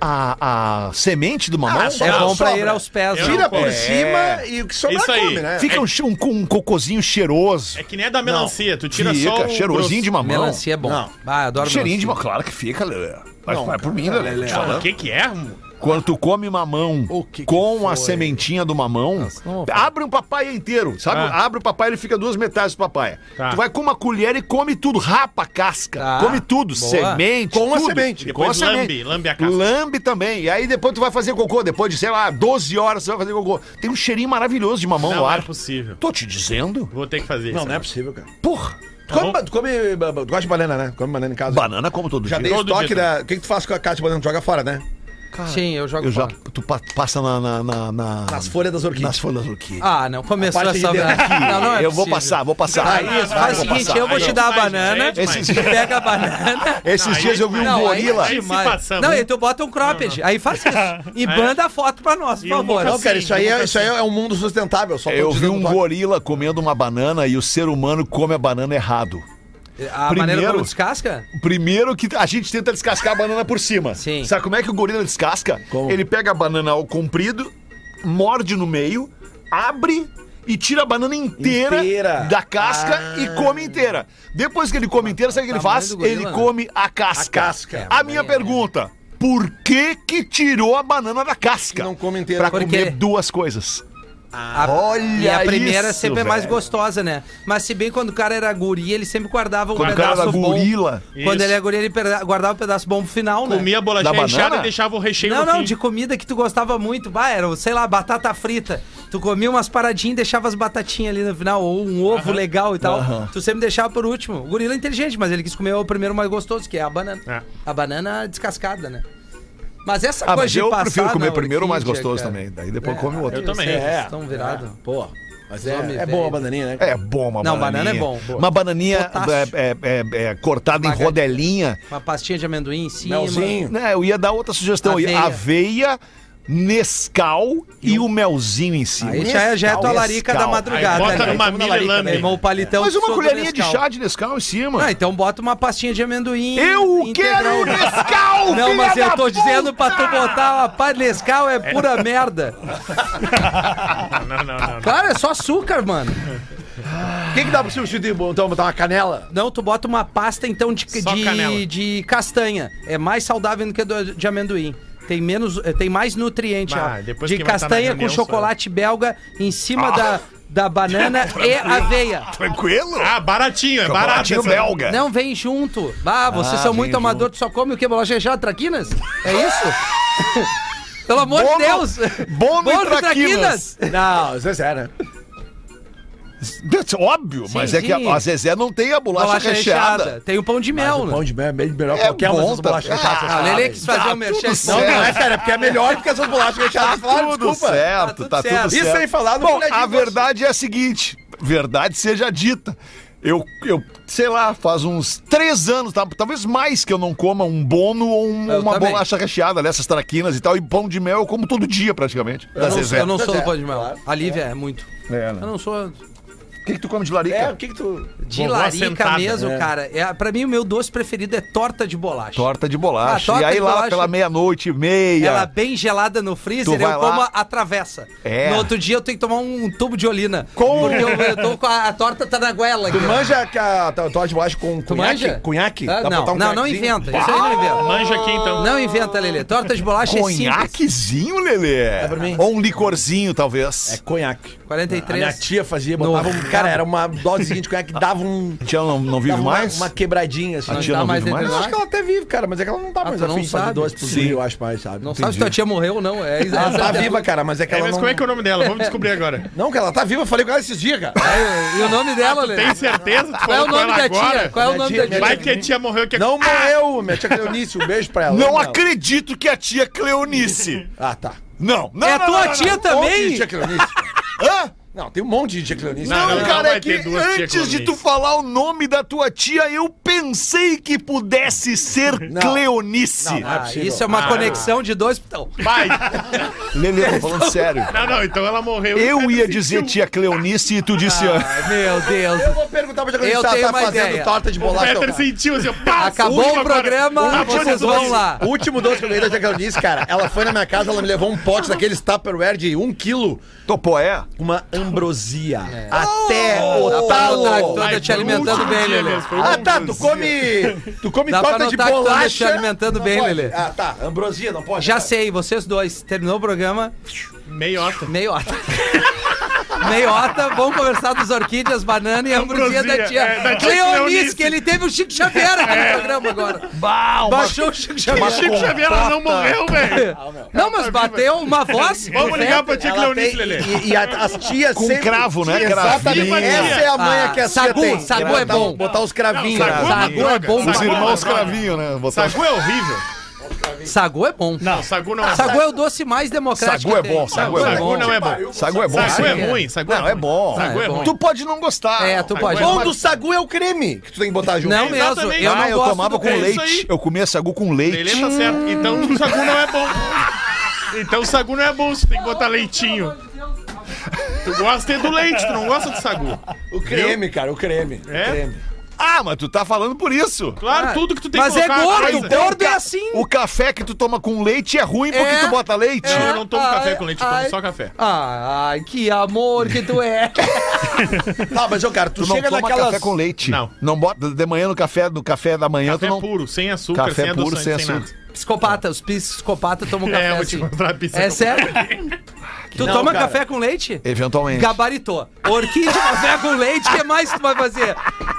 Speaker 8: a- a semente do mamão?
Speaker 5: Ah, só-
Speaker 4: É
Speaker 5: Ah,
Speaker 4: bom pra
Speaker 5: sobra.
Speaker 4: ir aos pés.
Speaker 6: Eu
Speaker 4: né?
Speaker 5: Tira
Speaker 6: não
Speaker 5: por
Speaker 6: como.
Speaker 5: cima e o que sobrar
Speaker 6: É Isso aí.
Speaker 5: come, né?
Speaker 8: Fica um, che- um, um cocôzinho cheiroso.
Speaker 6: É que nem a da melancia, tu tira
Speaker 8: fica,
Speaker 6: só o
Speaker 8: cheirosinho de mamão.
Speaker 4: Melancia é bom.
Speaker 5: Não.
Speaker 4: Ah, adoro
Speaker 8: Cheirinho de mamão.
Speaker 4: melancia.
Speaker 8: Claro que fica, Lelê. Mas
Speaker 5: Não,
Speaker 8: vai por mim, Lelê.
Speaker 5: Lelê.
Speaker 8: Te
Speaker 6: grosso.
Speaker 8: falando.
Speaker 6: O que que é? mo?
Speaker 8: Quando tu come mamão
Speaker 5: O que que
Speaker 8: com a
Speaker 5: foi?
Speaker 8: sementinha do mamão,
Speaker 4: não,
Speaker 8: abre um papai inteiro, sabe?
Speaker 6: Tá.
Speaker 8: Abre o papai, ele fica duas metades do papai.
Speaker 6: Tá.
Speaker 8: Tu vai com uma colher e come tudo, rapa a casca,
Speaker 4: Tá.
Speaker 8: come tudo,
Speaker 4: Boa.
Speaker 8: semente,
Speaker 5: Com a
Speaker 8: tudo.
Speaker 5: semente.
Speaker 8: Com a
Speaker 6: Depois
Speaker 8: semente.
Speaker 6: lambe, lambe a casca.
Speaker 8: Lambe também. E aí depois tu vai fazer cocô, depois de, sei lá, 12 horas você vai fazer cocô. Tem um cheirinho maravilhoso de mamão
Speaker 6: Não
Speaker 8: no
Speaker 6: é
Speaker 8: ar.
Speaker 6: possível.
Speaker 8: Tô te dizendo.
Speaker 6: Vou ter que fazer isso.
Speaker 5: Não, não é
Speaker 6: agora.
Speaker 5: possível, cara.
Speaker 8: Porra.
Speaker 5: Tu come,
Speaker 6: bom.
Speaker 5: ba- tu come, ba- ba- tu gosta de banana, né? Come banana em casa.
Speaker 8: Banana como todo
Speaker 5: Já
Speaker 8: dia.
Speaker 5: dei
Speaker 6: Todo
Speaker 5: estoque
Speaker 6: dia,
Speaker 5: da. O que, que tu faz com a caixa de banana? Tu joga fora, né?
Speaker 4: Sim, eu jogo
Speaker 8: Eu já,
Speaker 4: fora.
Speaker 8: tu pa- passa na, na, na- na-
Speaker 5: Nas folhas das orquídeas.
Speaker 8: nas folhas do orquídea.
Speaker 4: Ah, não. Começou
Speaker 5: A parte
Speaker 4: essa...
Speaker 5: de dentro aqui.
Speaker 4: Não, não é
Speaker 8: eu vou
Speaker 4: possível.
Speaker 8: passar, vou passar.
Speaker 5: Ah, isso, vai,
Speaker 4: Faz o
Speaker 5: vou
Speaker 4: seguinte,
Speaker 5: passar.
Speaker 4: eu vou
Speaker 6: Aí
Speaker 4: te
Speaker 6: é
Speaker 4: dar a
Speaker 6: demais,
Speaker 4: banana.
Speaker 6: gente, é demais.
Speaker 4: tu Pega a banana. é
Speaker 8: Esses
Speaker 6: Não,
Speaker 8: dias
Speaker 6: aí-
Speaker 8: eu vi um
Speaker 6: não, aí- é
Speaker 8: gorila.
Speaker 6: aí- se
Speaker 4: demais.
Speaker 6: passamos.
Speaker 4: Não, e tu bota um cropped. Aí faz isso. E manda a foto pra nós, por
Speaker 6: É. E um
Speaker 4: favor.
Speaker 5: Não, cara,
Speaker 6: Sim,
Speaker 5: isso aí, é,
Speaker 6: democracia.
Speaker 5: isso aí é um mundo sustentável. Só tô
Speaker 8: Eu
Speaker 5: te
Speaker 8: vi
Speaker 5: dando
Speaker 8: um
Speaker 5: toque.
Speaker 8: gorila comendo uma banana e o ser humano come a banana errado.
Speaker 4: A maneira
Speaker 8: Primeiro-
Speaker 4: como descasca?
Speaker 8: Primeiro que a gente tenta descascar a banana por cima.
Speaker 4: Sim.
Speaker 8: Sabe como é que o gorila descasca?
Speaker 5: Como?
Speaker 8: Ele pega a banana ao comprido, morde no meio, abre e tira a banana inteira,
Speaker 5: Inteira.
Speaker 8: da casca e come inteira. Depois que ele come inteira, sabe o que ele
Speaker 4: tamanho
Speaker 8: faz?
Speaker 4: do gorila,
Speaker 8: ele
Speaker 4: né?
Speaker 8: come a casca.
Speaker 5: A casca.
Speaker 8: A minha pergunta. Por que que tirou a banana da casca?
Speaker 5: E não come inteira.
Speaker 8: Pra
Speaker 4: Porque-
Speaker 8: comer duas coisas.
Speaker 4: A-
Speaker 8: Olha
Speaker 4: E a primeira
Speaker 8: isso,
Speaker 4: sempre é mais
Speaker 8: velho.
Speaker 4: gostosa, né? Mas se bem quando o cara era guri, ele sempre guardava um
Speaker 8: Quando o cara
Speaker 4: pedaço
Speaker 8: era
Speaker 4: bom.
Speaker 8: gorila.
Speaker 4: Quando
Speaker 6: Isso.
Speaker 4: ele era guri, ele perda- guardava o pedaço bom pro final, né?
Speaker 6: Comia a
Speaker 8: Da
Speaker 6: bolachinha inchada
Speaker 8: banana?
Speaker 6: e deixava o recheio
Speaker 4: Não,
Speaker 6: no
Speaker 4: não,
Speaker 6: fim.
Speaker 4: de comida que tu gostava muito. Bah, era, sei lá, batata frita. Tu comia umas paradinhas e deixava as batatinhas ali no final, ou um ovo legal e tal. Tu sempre deixava por último. O gorila é inteligente, mas ele quis comer o primeiro mais gostoso, que é a banana.
Speaker 6: É.
Speaker 4: A banana descascada, né? Mas essa
Speaker 8: Ah,
Speaker 4: coisa
Speaker 8: mas
Speaker 4: de
Speaker 8: eu
Speaker 4: passar
Speaker 8: prefiro comer
Speaker 4: na
Speaker 8: primeiro o mais
Speaker 4: orquídea,
Speaker 8: gostoso
Speaker 4: cara.
Speaker 8: também. Daí depois
Speaker 4: É,
Speaker 8: come o outro.
Speaker 6: Eu também.
Speaker 4: Vocês
Speaker 5: É.
Speaker 4: estão virados.
Speaker 5: Pô, mas é,
Speaker 4: Homem
Speaker 5: é boa a
Speaker 4: velho.
Speaker 5: bananinha, né? cara?
Speaker 8: É bom uma
Speaker 4: Não, banana
Speaker 8: bananinha.
Speaker 4: é bom, boa.
Speaker 8: Uma bananinha
Speaker 4: Potássio.
Speaker 8: é, é, é, é, cortada em
Speaker 4: Maga-
Speaker 8: rodelinha.
Speaker 4: Uma pastinha de amendoim em cima.
Speaker 5: Melzinho.
Speaker 8: Né, eu ia dar outra sugestão aí. Aveia, Nescau e o melzinho em cima.
Speaker 4: Aí já, já é tua
Speaker 8: Nescau,
Speaker 4: larica da
Speaker 8: Nescau.
Speaker 6: Aí
Speaker 4: madrugada.
Speaker 6: bota
Speaker 4: né?
Speaker 6: numa
Speaker 5: Tamo na
Speaker 6: milha e
Speaker 5: larica,
Speaker 6: lambe.
Speaker 5: né,
Speaker 4: Meu irmão, o palitão
Speaker 8: Mas
Speaker 4: que
Speaker 8: uma
Speaker 4: sou do
Speaker 8: colherinha de
Speaker 4: Nescau.
Speaker 8: chá de Nescau em cima.
Speaker 4: Ah, então bota uma pastinha de amendoim.
Speaker 8: eu
Speaker 4: integral.
Speaker 8: quero Nescau,
Speaker 4: Não,
Speaker 8: filha
Speaker 4: mas eu
Speaker 8: da
Speaker 4: tô
Speaker 8: puta!
Speaker 4: dizendo pra tu botar uma pá de Nescau é pura merda.
Speaker 6: Não, não, não. não.
Speaker 4: Cara, é só açúcar, mano.
Speaker 5: O que, que dá pra substituir? Então, botar uma canela?
Speaker 4: Não, tu bota uma pasta então de,
Speaker 6: Só canela.
Speaker 4: de, de castanha. É mais saudável do que a do, de amendoim. Tem menos, eh, tem mais nutriente.
Speaker 6: Bah,
Speaker 4: ó.
Speaker 6: depois
Speaker 4: De
Speaker 6: quem vai tá na
Speaker 4: castanha com
Speaker 6: reunião sou eu.
Speaker 4: chocolate belga em cima da, da banana e aveia.
Speaker 8: Tranquilo?
Speaker 6: Ah, baratinho, é barato.
Speaker 8: Baratinho
Speaker 6: essa-
Speaker 8: belga.
Speaker 4: Não, vem junto. Ah, vocês
Speaker 8: Ah,
Speaker 4: são
Speaker 8: vem
Speaker 4: muito amador, tu só come o que? Bolacha recheada, traquinas? É isso? Pelo amor
Speaker 8: Bono-
Speaker 4: de Deus!
Speaker 8: Bono e traquinas.
Speaker 5: Não, isso é sério. né?
Speaker 8: That's óbvio, mas é que
Speaker 4: sim.
Speaker 8: a, a Zezé não tem a bolacha,
Speaker 4: Bolacha
Speaker 8: recheada.
Speaker 4: recheada. Tem o pão de mel,
Speaker 5: O
Speaker 4: né?
Speaker 5: pão de mel é bem melhor que
Speaker 8: É
Speaker 5: qualquer uma
Speaker 8: bom,
Speaker 5: dessas
Speaker 8: tá-
Speaker 5: bolachas
Speaker 8: Ah,
Speaker 5: recheadas.
Speaker 4: Ah, o Lelê quis fazer
Speaker 8: Tá
Speaker 4: um merchan.
Speaker 8: tudo
Speaker 4: esse
Speaker 5: Não,
Speaker 4: nome.
Speaker 5: não, é sério, é porque é melhor do que essas bolachas recheadas. Claro,
Speaker 8: Tá tudo
Speaker 5: Tá, desculpa.
Speaker 8: certo, tá, tudo certo.
Speaker 5: Isso é sem falar do
Speaker 8: Bom,
Speaker 5: colégio
Speaker 8: a
Speaker 5: de vocês.
Speaker 8: verdade é a seguinte, verdade seja dita. Eu, eu, sei lá, faz uns três anos, tá? talvez mais que eu não coma um bono ou um-
Speaker 4: Eu
Speaker 8: uma
Speaker 4: também.
Speaker 8: bolacha recheada, né? essas traquinas e tal. E pão de mel eu como todo dia, praticamente. da
Speaker 4: Eu não,
Speaker 8: Zezé.
Speaker 4: eu não sou do
Speaker 5: Zezé,
Speaker 4: pão de mel.
Speaker 5: claro.
Speaker 4: A Lívia é muito.
Speaker 8: É, né?
Speaker 4: Eu não sou
Speaker 8: O que, que tu come de larica?
Speaker 5: É, o que que tu...
Speaker 4: de
Speaker 6: Vovó
Speaker 4: larica
Speaker 6: sentada.
Speaker 4: mesmo,
Speaker 5: É.
Speaker 4: cara. É, pra mim, o meu doce preferido é torta de bolacha.
Speaker 8: Torta de bolacha.
Speaker 4: Ah, torta
Speaker 8: e aí
Speaker 4: de
Speaker 8: lá
Speaker 4: bolacha.
Speaker 8: pela meia-noite e meia.
Speaker 4: Ela é bem gelada no freezer,
Speaker 8: Tu vai
Speaker 4: eu como
Speaker 8: lá-
Speaker 4: a travessa.
Speaker 8: É.
Speaker 4: No outro dia eu tenho que tomar um tubo de olina.
Speaker 8: Com-
Speaker 4: Porque eu, eu tô com a, a torta tá na goela aqui.
Speaker 5: Tu manja que a a torta de bolacha com
Speaker 4: Tu
Speaker 5: cunhaque?
Speaker 4: manja?
Speaker 5: Cunhaque?
Speaker 4: Ah,
Speaker 5: Dá pra
Speaker 4: não,
Speaker 5: botar um
Speaker 4: não, não
Speaker 5: cunhaquezinho?
Speaker 4: inventa. Isso aí não inventa.
Speaker 6: Manja aqui então.
Speaker 4: Não inventa, Lelê. Torta de bolacha é simples.
Speaker 8: Conhaquezinho, Lelê.
Speaker 5: pra mim.
Speaker 8: Ou um licorzinho, talvez.
Speaker 5: É conhaque. A
Speaker 4: 43.
Speaker 5: Ah, minha tia fazia,
Speaker 4: No
Speaker 5: botava um...
Speaker 4: rabo.
Speaker 5: Cara, era uma dosezinha de conhaque, dava um...
Speaker 8: Tia não, não vive
Speaker 5: dava uma-
Speaker 8: mais?
Speaker 5: Uma quebradinha, assim.
Speaker 8: A tia
Speaker 4: dá
Speaker 8: não
Speaker 4: mais
Speaker 8: vive mais?
Speaker 5: Eu acho que ela até vive, cara, mas é que ela não tá
Speaker 4: Ah,
Speaker 5: mais
Speaker 4: tu não
Speaker 5: afim de fazer
Speaker 4: sabe?
Speaker 5: doce pro Rio, eu acho mais, sabe?
Speaker 4: Não sabe se tua tia morreu ou não. É,
Speaker 5: Ela
Speaker 4: essa-
Speaker 5: tá viva, cara, mas é que
Speaker 6: É,
Speaker 5: ela
Speaker 6: mas
Speaker 5: não...
Speaker 6: como é que é o nome dela? Vamos descobrir agora.
Speaker 5: Não, que ela tá viva, eu falei com ela esses dias, cara.
Speaker 4: É, e o nome dela, Lelê?
Speaker 6: Tem certeza? Tu
Speaker 4: Qual é o
Speaker 6: falou com
Speaker 4: nome
Speaker 6: ela
Speaker 4: da tia?
Speaker 6: agora?
Speaker 4: Qual é o nome
Speaker 5: Minha
Speaker 4: da
Speaker 5: tia-
Speaker 4: tia?
Speaker 6: Vai que a tia morreu que
Speaker 5: Não morreu, minha tia Cleonice, um beijo pra ela.
Speaker 8: Não
Speaker 5: Não.
Speaker 8: acredito que a tia Cleonice.
Speaker 5: Ah, tá. Um
Speaker 8: Não, não.
Speaker 4: É
Speaker 8: não,
Speaker 4: tua
Speaker 8: não, não,
Speaker 4: tia
Speaker 8: não.
Speaker 5: Ô,
Speaker 4: também?
Speaker 5: Tia Cleonice.
Speaker 8: Hã?
Speaker 5: Não, tem um monte de tia Cleonice.
Speaker 6: Não,
Speaker 8: Não,
Speaker 6: não
Speaker 8: cara,
Speaker 6: vai
Speaker 8: é que
Speaker 6: ter duas tia
Speaker 8: antes de tu
Speaker 6: Cleonice.
Speaker 8: falar o nome da tua tia, eu pensei que pudesse ser Cleonice.
Speaker 5: Não, não.
Speaker 4: Ah, isso é uma conexão de dois. Então,
Speaker 6: Pai!
Speaker 8: Lelê, tô falando sério.
Speaker 6: Não, não, então ela morreu.
Speaker 8: Eu ia dizer tia Cleonice e tu disse. ah,
Speaker 4: meu
Speaker 5: Eu
Speaker 4: Deus.
Speaker 5: vou perguntar pra tia Cleonice
Speaker 4: Eu
Speaker 5: se ela
Speaker 4: tenho
Speaker 5: tá
Speaker 4: uma
Speaker 5: fazendo
Speaker 4: ideia.
Speaker 5: torta de
Speaker 6: O
Speaker 5: bolacha. ou
Speaker 6: Peter
Speaker 5: não.
Speaker 6: sentiu assim, eu pá,
Speaker 4: Acabou o programa, vocês vão lá.
Speaker 5: O último doce que eu ganhei da tia Cleonice, cara, ela foi na minha casa, ela me levou um pote daqueles Tupperware de um quilo,
Speaker 8: Topó é?
Speaker 5: uma ambrosia.
Speaker 4: É.
Speaker 5: Até o
Speaker 4: Tá,
Speaker 5: talo.
Speaker 4: tá, toda te alimentando bem, Lelê.
Speaker 5: Ah, tá, tu come. Tu come
Speaker 4: é Dá pra
Speaker 5: torta de
Speaker 4: notar que tu anda
Speaker 5: bolacha.
Speaker 4: te alimentando
Speaker 5: Não
Speaker 4: bem,
Speaker 5: pode.
Speaker 4: Lelê.
Speaker 5: Ah, tá. Ambrosia, não pode.
Speaker 4: Já sei, vocês dois. Terminou o programa,
Speaker 6: Meiota.
Speaker 4: meiota. Meiota, vamos conversar dos orquídeas, banana e ambrosia da tia.
Speaker 6: É, da tia
Speaker 4: Cleonice,
Speaker 6: Cleonice. É.
Speaker 4: que ele teve o Chico Xavier aqui no programa agora. Baixou o Chico Xavier.
Speaker 6: Chico Xavier, ela não morreu, velho.
Speaker 4: Não, mas bateu uma voz.
Speaker 6: Vamos ligar pra tia
Speaker 5: Ela
Speaker 6: Cleonice,
Speaker 5: tem-
Speaker 6: Lelê.
Speaker 5: E, e a- as tias
Speaker 8: Com
Speaker 5: sempre-
Speaker 8: cravo, né?
Speaker 5: Exatamente.
Speaker 8: Cravinho.
Speaker 5: Essa é a manha que a tia
Speaker 4: sagu,
Speaker 5: tem.
Speaker 4: sagu é
Speaker 5: Botar- um-
Speaker 4: bom.
Speaker 5: Botar os cravinhos.
Speaker 6: Não, sagu-
Speaker 4: Sagu é
Speaker 6: droga.
Speaker 4: bom.
Speaker 6: Os
Speaker 4: pra-
Speaker 6: irmãos
Speaker 8: cravinho, né? Botar-
Speaker 6: Sagu é horrível.
Speaker 4: Sagu é bom.
Speaker 6: Não, sagu não é
Speaker 4: Sagu é o doce mais democrático.
Speaker 8: Sagu é
Speaker 4: que tem.
Speaker 8: bom, sagu é
Speaker 6: Sagu não é bom.
Speaker 8: Sagu é bom.
Speaker 6: Sagu
Speaker 8: sim.
Speaker 6: é ruim, sagu
Speaker 8: Não, é
Speaker 6: ruim.
Speaker 8: bom.
Speaker 6: Sagu
Speaker 4: Ah, é
Speaker 6: é
Speaker 4: bom.
Speaker 6: ruim.
Speaker 8: Tu pode não gostar.
Speaker 4: É, tu pode.
Speaker 5: O bom do sagu é o creme que tu tem que botar junto.
Speaker 4: Não mesmo,
Speaker 6: Exatamente.
Speaker 4: eu não
Speaker 8: ah, eu
Speaker 4: gosto
Speaker 8: tomava
Speaker 4: do-
Speaker 8: com
Speaker 6: é isso
Speaker 8: leite.
Speaker 6: aí.
Speaker 8: Eu comia sagu com leite.
Speaker 6: Lelê tá certo. Então o sagu não é bom. Então o sagu não é bom, você tem que botar leitinho. Tu gosta é do leite, tu não gosta do sagu.
Speaker 5: O creme, cara, o creme. o
Speaker 6: É?
Speaker 5: creme.
Speaker 8: Ah, mas tu tá falando por isso.
Speaker 6: Claro,
Speaker 4: Ah,
Speaker 6: tudo que tu tem
Speaker 4: mas
Speaker 6: que
Speaker 4: é
Speaker 6: colocar.
Speaker 4: gordo,
Speaker 6: coisa.
Speaker 4: então. Gordo
Speaker 8: O ca-
Speaker 4: é assim.
Speaker 8: O café que tu toma com leite é ruim porque
Speaker 4: É.
Speaker 8: tu bota leite.
Speaker 6: Não, eu não tomo
Speaker 4: Ai,
Speaker 6: café com leite, eu
Speaker 4: ai.
Speaker 6: tomo só café.
Speaker 4: Ah, Ai, que amor que tu é.
Speaker 5: Tá, mas, ô, cara, tu,
Speaker 8: Tu não
Speaker 5: chega
Speaker 8: toma
Speaker 5: naquelas...
Speaker 8: café com leite.
Speaker 6: Não.
Speaker 8: Não bota de manhã no café, no café da manhã
Speaker 6: Café
Speaker 8: tu não.
Speaker 6: puro, sem açúcar,
Speaker 8: Café
Speaker 6: sem
Speaker 8: puro,
Speaker 6: adoçante,
Speaker 8: sem
Speaker 6: sem,
Speaker 8: açúcar.
Speaker 6: nada.
Speaker 4: Psicopata, os psicopata tomam café
Speaker 6: É, eu vou te
Speaker 4: assim.
Speaker 6: mostrar a pizza.
Speaker 4: É sério? Tu
Speaker 5: Não,
Speaker 4: toma
Speaker 5: cara.
Speaker 4: café com leite?
Speaker 8: Eventualmente.
Speaker 4: Gabaritou. Orquídea, café com leite, o que mais tu vai fazer?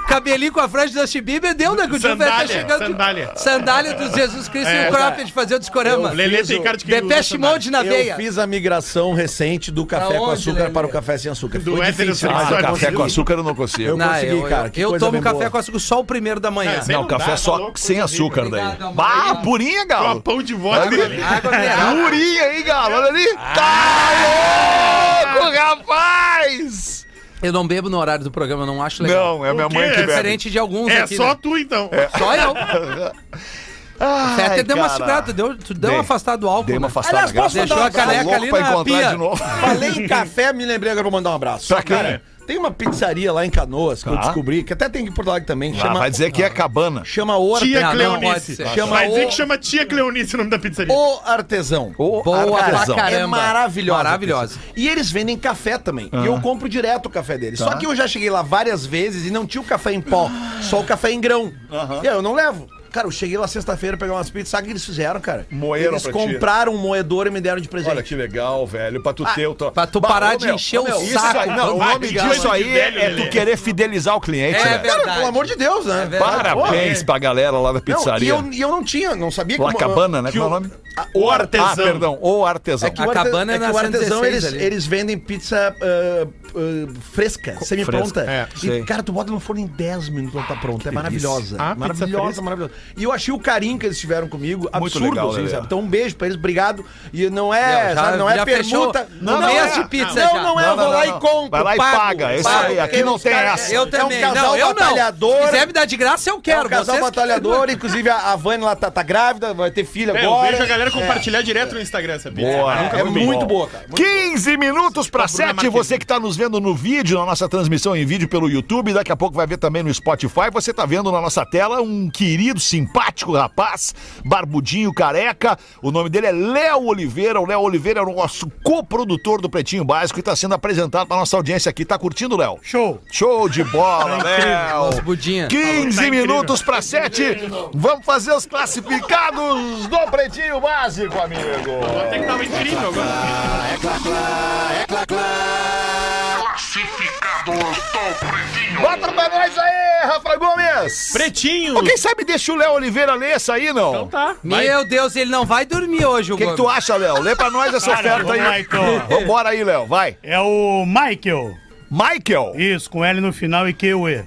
Speaker 4: Cabelinho com a franja da Chibibe, deu, né? Que o Gil vai estar
Speaker 6: Sandália,
Speaker 4: chegando.
Speaker 6: sandália.
Speaker 4: Sandália do Jesus Cristo e
Speaker 6: É,
Speaker 4: o Cropped fazer o discorama.
Speaker 6: O Lelê tem cara de que
Speaker 4: Depeche
Speaker 6: usa sandália.
Speaker 4: Mode na veia.
Speaker 5: Eu fiz a migração recente do café
Speaker 4: Pra
Speaker 5: com
Speaker 4: onde,
Speaker 5: açúcar
Speaker 4: Lelê?
Speaker 5: para o café sem açúcar.
Speaker 6: Do
Speaker 5: Foi difícil,
Speaker 6: heterossexual.
Speaker 5: mas
Speaker 8: Ah,
Speaker 5: eu
Speaker 8: café
Speaker 5: consegui.
Speaker 8: com açúcar eu não consigo.
Speaker 5: Eu consegui, cara. que
Speaker 4: eu
Speaker 5: coisa
Speaker 4: tomo
Speaker 5: bem
Speaker 4: café
Speaker 5: boa.
Speaker 4: com açúcar só o primeiro da manhã.
Speaker 6: Ah,
Speaker 8: Não,
Speaker 6: Não
Speaker 8: café
Speaker 6: dá,
Speaker 8: só
Speaker 6: tá louco,
Speaker 8: sem
Speaker 6: coisa
Speaker 8: açúcar
Speaker 4: horrível.
Speaker 8: daí.
Speaker 4: Obrigado,
Speaker 8: Bah,
Speaker 4: amor.
Speaker 8: purinha,
Speaker 6: Ó,
Speaker 8: galo.
Speaker 6: pão de vó dele. É
Speaker 4: Água mineral.
Speaker 8: Purinha, hein, galo? Olha ali. Tá louco, rapaz!
Speaker 4: Eu não bebo no horário do programa, eu não acho legal.
Speaker 8: Não, é minha
Speaker 6: quê?
Speaker 8: mãe que
Speaker 6: É
Speaker 8: bebe.
Speaker 4: Diferente de alguns
Speaker 6: É
Speaker 4: aqui.
Speaker 6: só
Speaker 4: né?
Speaker 6: tu, então.
Speaker 4: Só eu.
Speaker 8: Ai,
Speaker 4: Até deu uma
Speaker 8: cara.
Speaker 4: segurada, tu deu, tu deu
Speaker 8: Dei.
Speaker 4: uma afastada do álcool.
Speaker 8: Dei uma
Speaker 4: né?
Speaker 8: afastada.
Speaker 5: Aliás,
Speaker 8: galo.
Speaker 5: posso
Speaker 4: Deixou
Speaker 5: mandar
Speaker 4: a
Speaker 5: um abraço?
Speaker 4: caneca
Speaker 8: Tá
Speaker 4: ali
Speaker 8: louco pra
Speaker 4: na
Speaker 8: encontrar
Speaker 4: pia.
Speaker 8: de novo.
Speaker 5: Falei em café, me lembrei agora, vou mandar um abraço.
Speaker 8: Pra quem?
Speaker 5: Cara, tem uma pizzaria lá em Canoas que eu
Speaker 8: Tá.
Speaker 5: descobri, que até tem que ir por lá também, que
Speaker 8: Ah,
Speaker 5: chama,
Speaker 8: vai dizer que é cabana.
Speaker 5: chama O
Speaker 6: Tia
Speaker 4: não,
Speaker 5: Artesão.
Speaker 4: não
Speaker 6: Cleonice.
Speaker 4: pode ser.
Speaker 6: Chama Vai
Speaker 5: Chama
Speaker 6: dizer
Speaker 5: o-
Speaker 6: que chama Tia Cleonice o nome da pizzaria.
Speaker 5: O Artesão.
Speaker 4: Boa
Speaker 5: Cara,
Speaker 4: pra caramba.
Speaker 5: É maravilhosa.
Speaker 4: Maravilhosa.
Speaker 5: E eles vendem café também. E
Speaker 12: Ah.
Speaker 5: eu compro direto o café deles.
Speaker 12: Tá.
Speaker 5: Só que eu já cheguei lá várias vezes e não tinha o café em pó, só o café em grão. E aí eu não levo. Cara, eu cheguei lá sexta-feira pegar umas pizzas. Sabe o que eles fizeram, cara?
Speaker 12: Moeram
Speaker 5: Eles
Speaker 12: pra ti.
Speaker 5: compraram um moedor e me deram de presente.
Speaker 12: Olha que legal, velho. Pra tu ter o teu-
Speaker 4: Pra tu
Speaker 12: Bah,
Speaker 4: parar
Speaker 12: ô,
Speaker 4: de
Speaker 12: meu,
Speaker 4: encher o
Speaker 12: ô, meu,
Speaker 4: saco.
Speaker 12: isso aí- não, o
Speaker 8: é
Speaker 6: Vai,
Speaker 12: nome
Speaker 6: obrigado.
Speaker 12: disso aí
Speaker 6: Velho,
Speaker 12: é, é
Speaker 6: Lelê.
Speaker 12: tu querer fidelizar o cliente,
Speaker 4: É
Speaker 12: né?
Speaker 5: Cara,
Speaker 4: verdade.
Speaker 5: pelo amor de Deus, né?
Speaker 4: verdade.
Speaker 12: Parabéns pra galera lá da
Speaker 5: Não, e,
Speaker 12: pizzaria.
Speaker 5: eu, e eu não tinha, não sabia
Speaker 12: La Cabana, né?
Speaker 5: que
Speaker 12: Como é o
Speaker 5: o-
Speaker 12: nome?
Speaker 6: O
Speaker 12: Ah, perdão. O artesão.
Speaker 5: É que
Speaker 4: A
Speaker 5: o arte-
Speaker 4: cabana é
Speaker 5: é que
Speaker 4: na
Speaker 5: o artesão
Speaker 4: 116
Speaker 5: eles,
Speaker 4: ali.
Speaker 5: eles vendem pizza ah, ah, fresca, semi-pronta.
Speaker 6: É,
Speaker 5: E,
Speaker 12: sei.
Speaker 5: cara, tu bota no forno em 10 minutos, ela tá pronta. É maravilhosa.
Speaker 6: Ah, pizza
Speaker 5: maravilhosa,
Speaker 6: fresca.
Speaker 5: maravilhosa. E eu achei o carinho que eles tiveram comigo absurdo,
Speaker 12: legal,
Speaker 5: assim,
Speaker 12: Lelê.
Speaker 5: sabe? Então um beijo pra eles, obrigado. E não é,
Speaker 4: Não, já-
Speaker 5: sabe, não é
Speaker 4: já fechou
Speaker 5: permuta.
Speaker 4: no mês de pizza
Speaker 5: Não,
Speaker 4: já.
Speaker 5: não é,
Speaker 12: Não,
Speaker 5: eu vou
Speaker 12: não,
Speaker 5: lá
Speaker 12: não,
Speaker 5: e
Speaker 12: não.
Speaker 5: compro.
Speaker 12: Vai lá e
Speaker 5: pago,
Speaker 12: paga, é isso
Speaker 5: pago.
Speaker 12: aí, aqui
Speaker 5: Tem
Speaker 12: não
Speaker 5: uns
Speaker 12: tem
Speaker 5: caras-
Speaker 12: essa.
Speaker 4: Eu
Speaker 5: É
Speaker 4: também.
Speaker 5: um casal
Speaker 4: não, eu
Speaker 5: batalhador.
Speaker 4: não. Se quiser me dar de graça, eu
Speaker 5: É
Speaker 4: quero.
Speaker 5: um casal
Speaker 4: Vocês que-
Speaker 5: batalhador, inclusive a, a Vani lá tá, tá grávida, vai ter filha
Speaker 6: É, eu
Speaker 5: agora.
Speaker 6: vejo a galera
Speaker 5: É.
Speaker 6: compartilhar direto no Instagram essa pizza.
Speaker 12: Boa.
Speaker 5: É, é muito boa, cara.
Speaker 8: 15 minutos para
Speaker 6: Bruna
Speaker 8: 7,
Speaker 6: Marquezine.
Speaker 8: você que tá nos vendo no vídeo, na nossa transmissão em vídeo pelo YouTube, daqui a pouco vai ver também no Spotify, você tá vendo na nossa tela um querido, simpático rapaz, barbudinho, careca, o nome dele é Léo Oliveira, o Léo Oliveira é o nosso coprodutor do Pretinho Básico e tá sendo apresentado pra nossa audiência aqui, tá curtindo, Léo?
Speaker 7: Show.
Speaker 8: Show de bola,
Speaker 4: Nossa,
Speaker 8: Léo!
Speaker 4: budinha.
Speaker 8: 15
Speaker 6: Tá incrível.
Speaker 8: minutos para 7, vamos fazer os classificados do Pretinho Básico, amigo!
Speaker 6: Até que tava incrível agora.
Speaker 8: Bota pra nós aí, Rafa Gomes!
Speaker 6: Pretinho.
Speaker 8: Ou quem sabe deixa o Léo Oliveira ler essa aí, não?
Speaker 6: Então tá. Vai.
Speaker 4: Meu Deus, ele não vai dormir hoje, o
Speaker 8: O que, que tu acha, Léo? Lê pra nós essa
Speaker 7: Cara,
Speaker 8: oferta
Speaker 7: vamos lá,
Speaker 8: aí.
Speaker 7: então.
Speaker 8: Vambora aí, Léo, vai.
Speaker 7: É o Michael.
Speaker 8: Michael.
Speaker 7: Isso, com L no final e QE.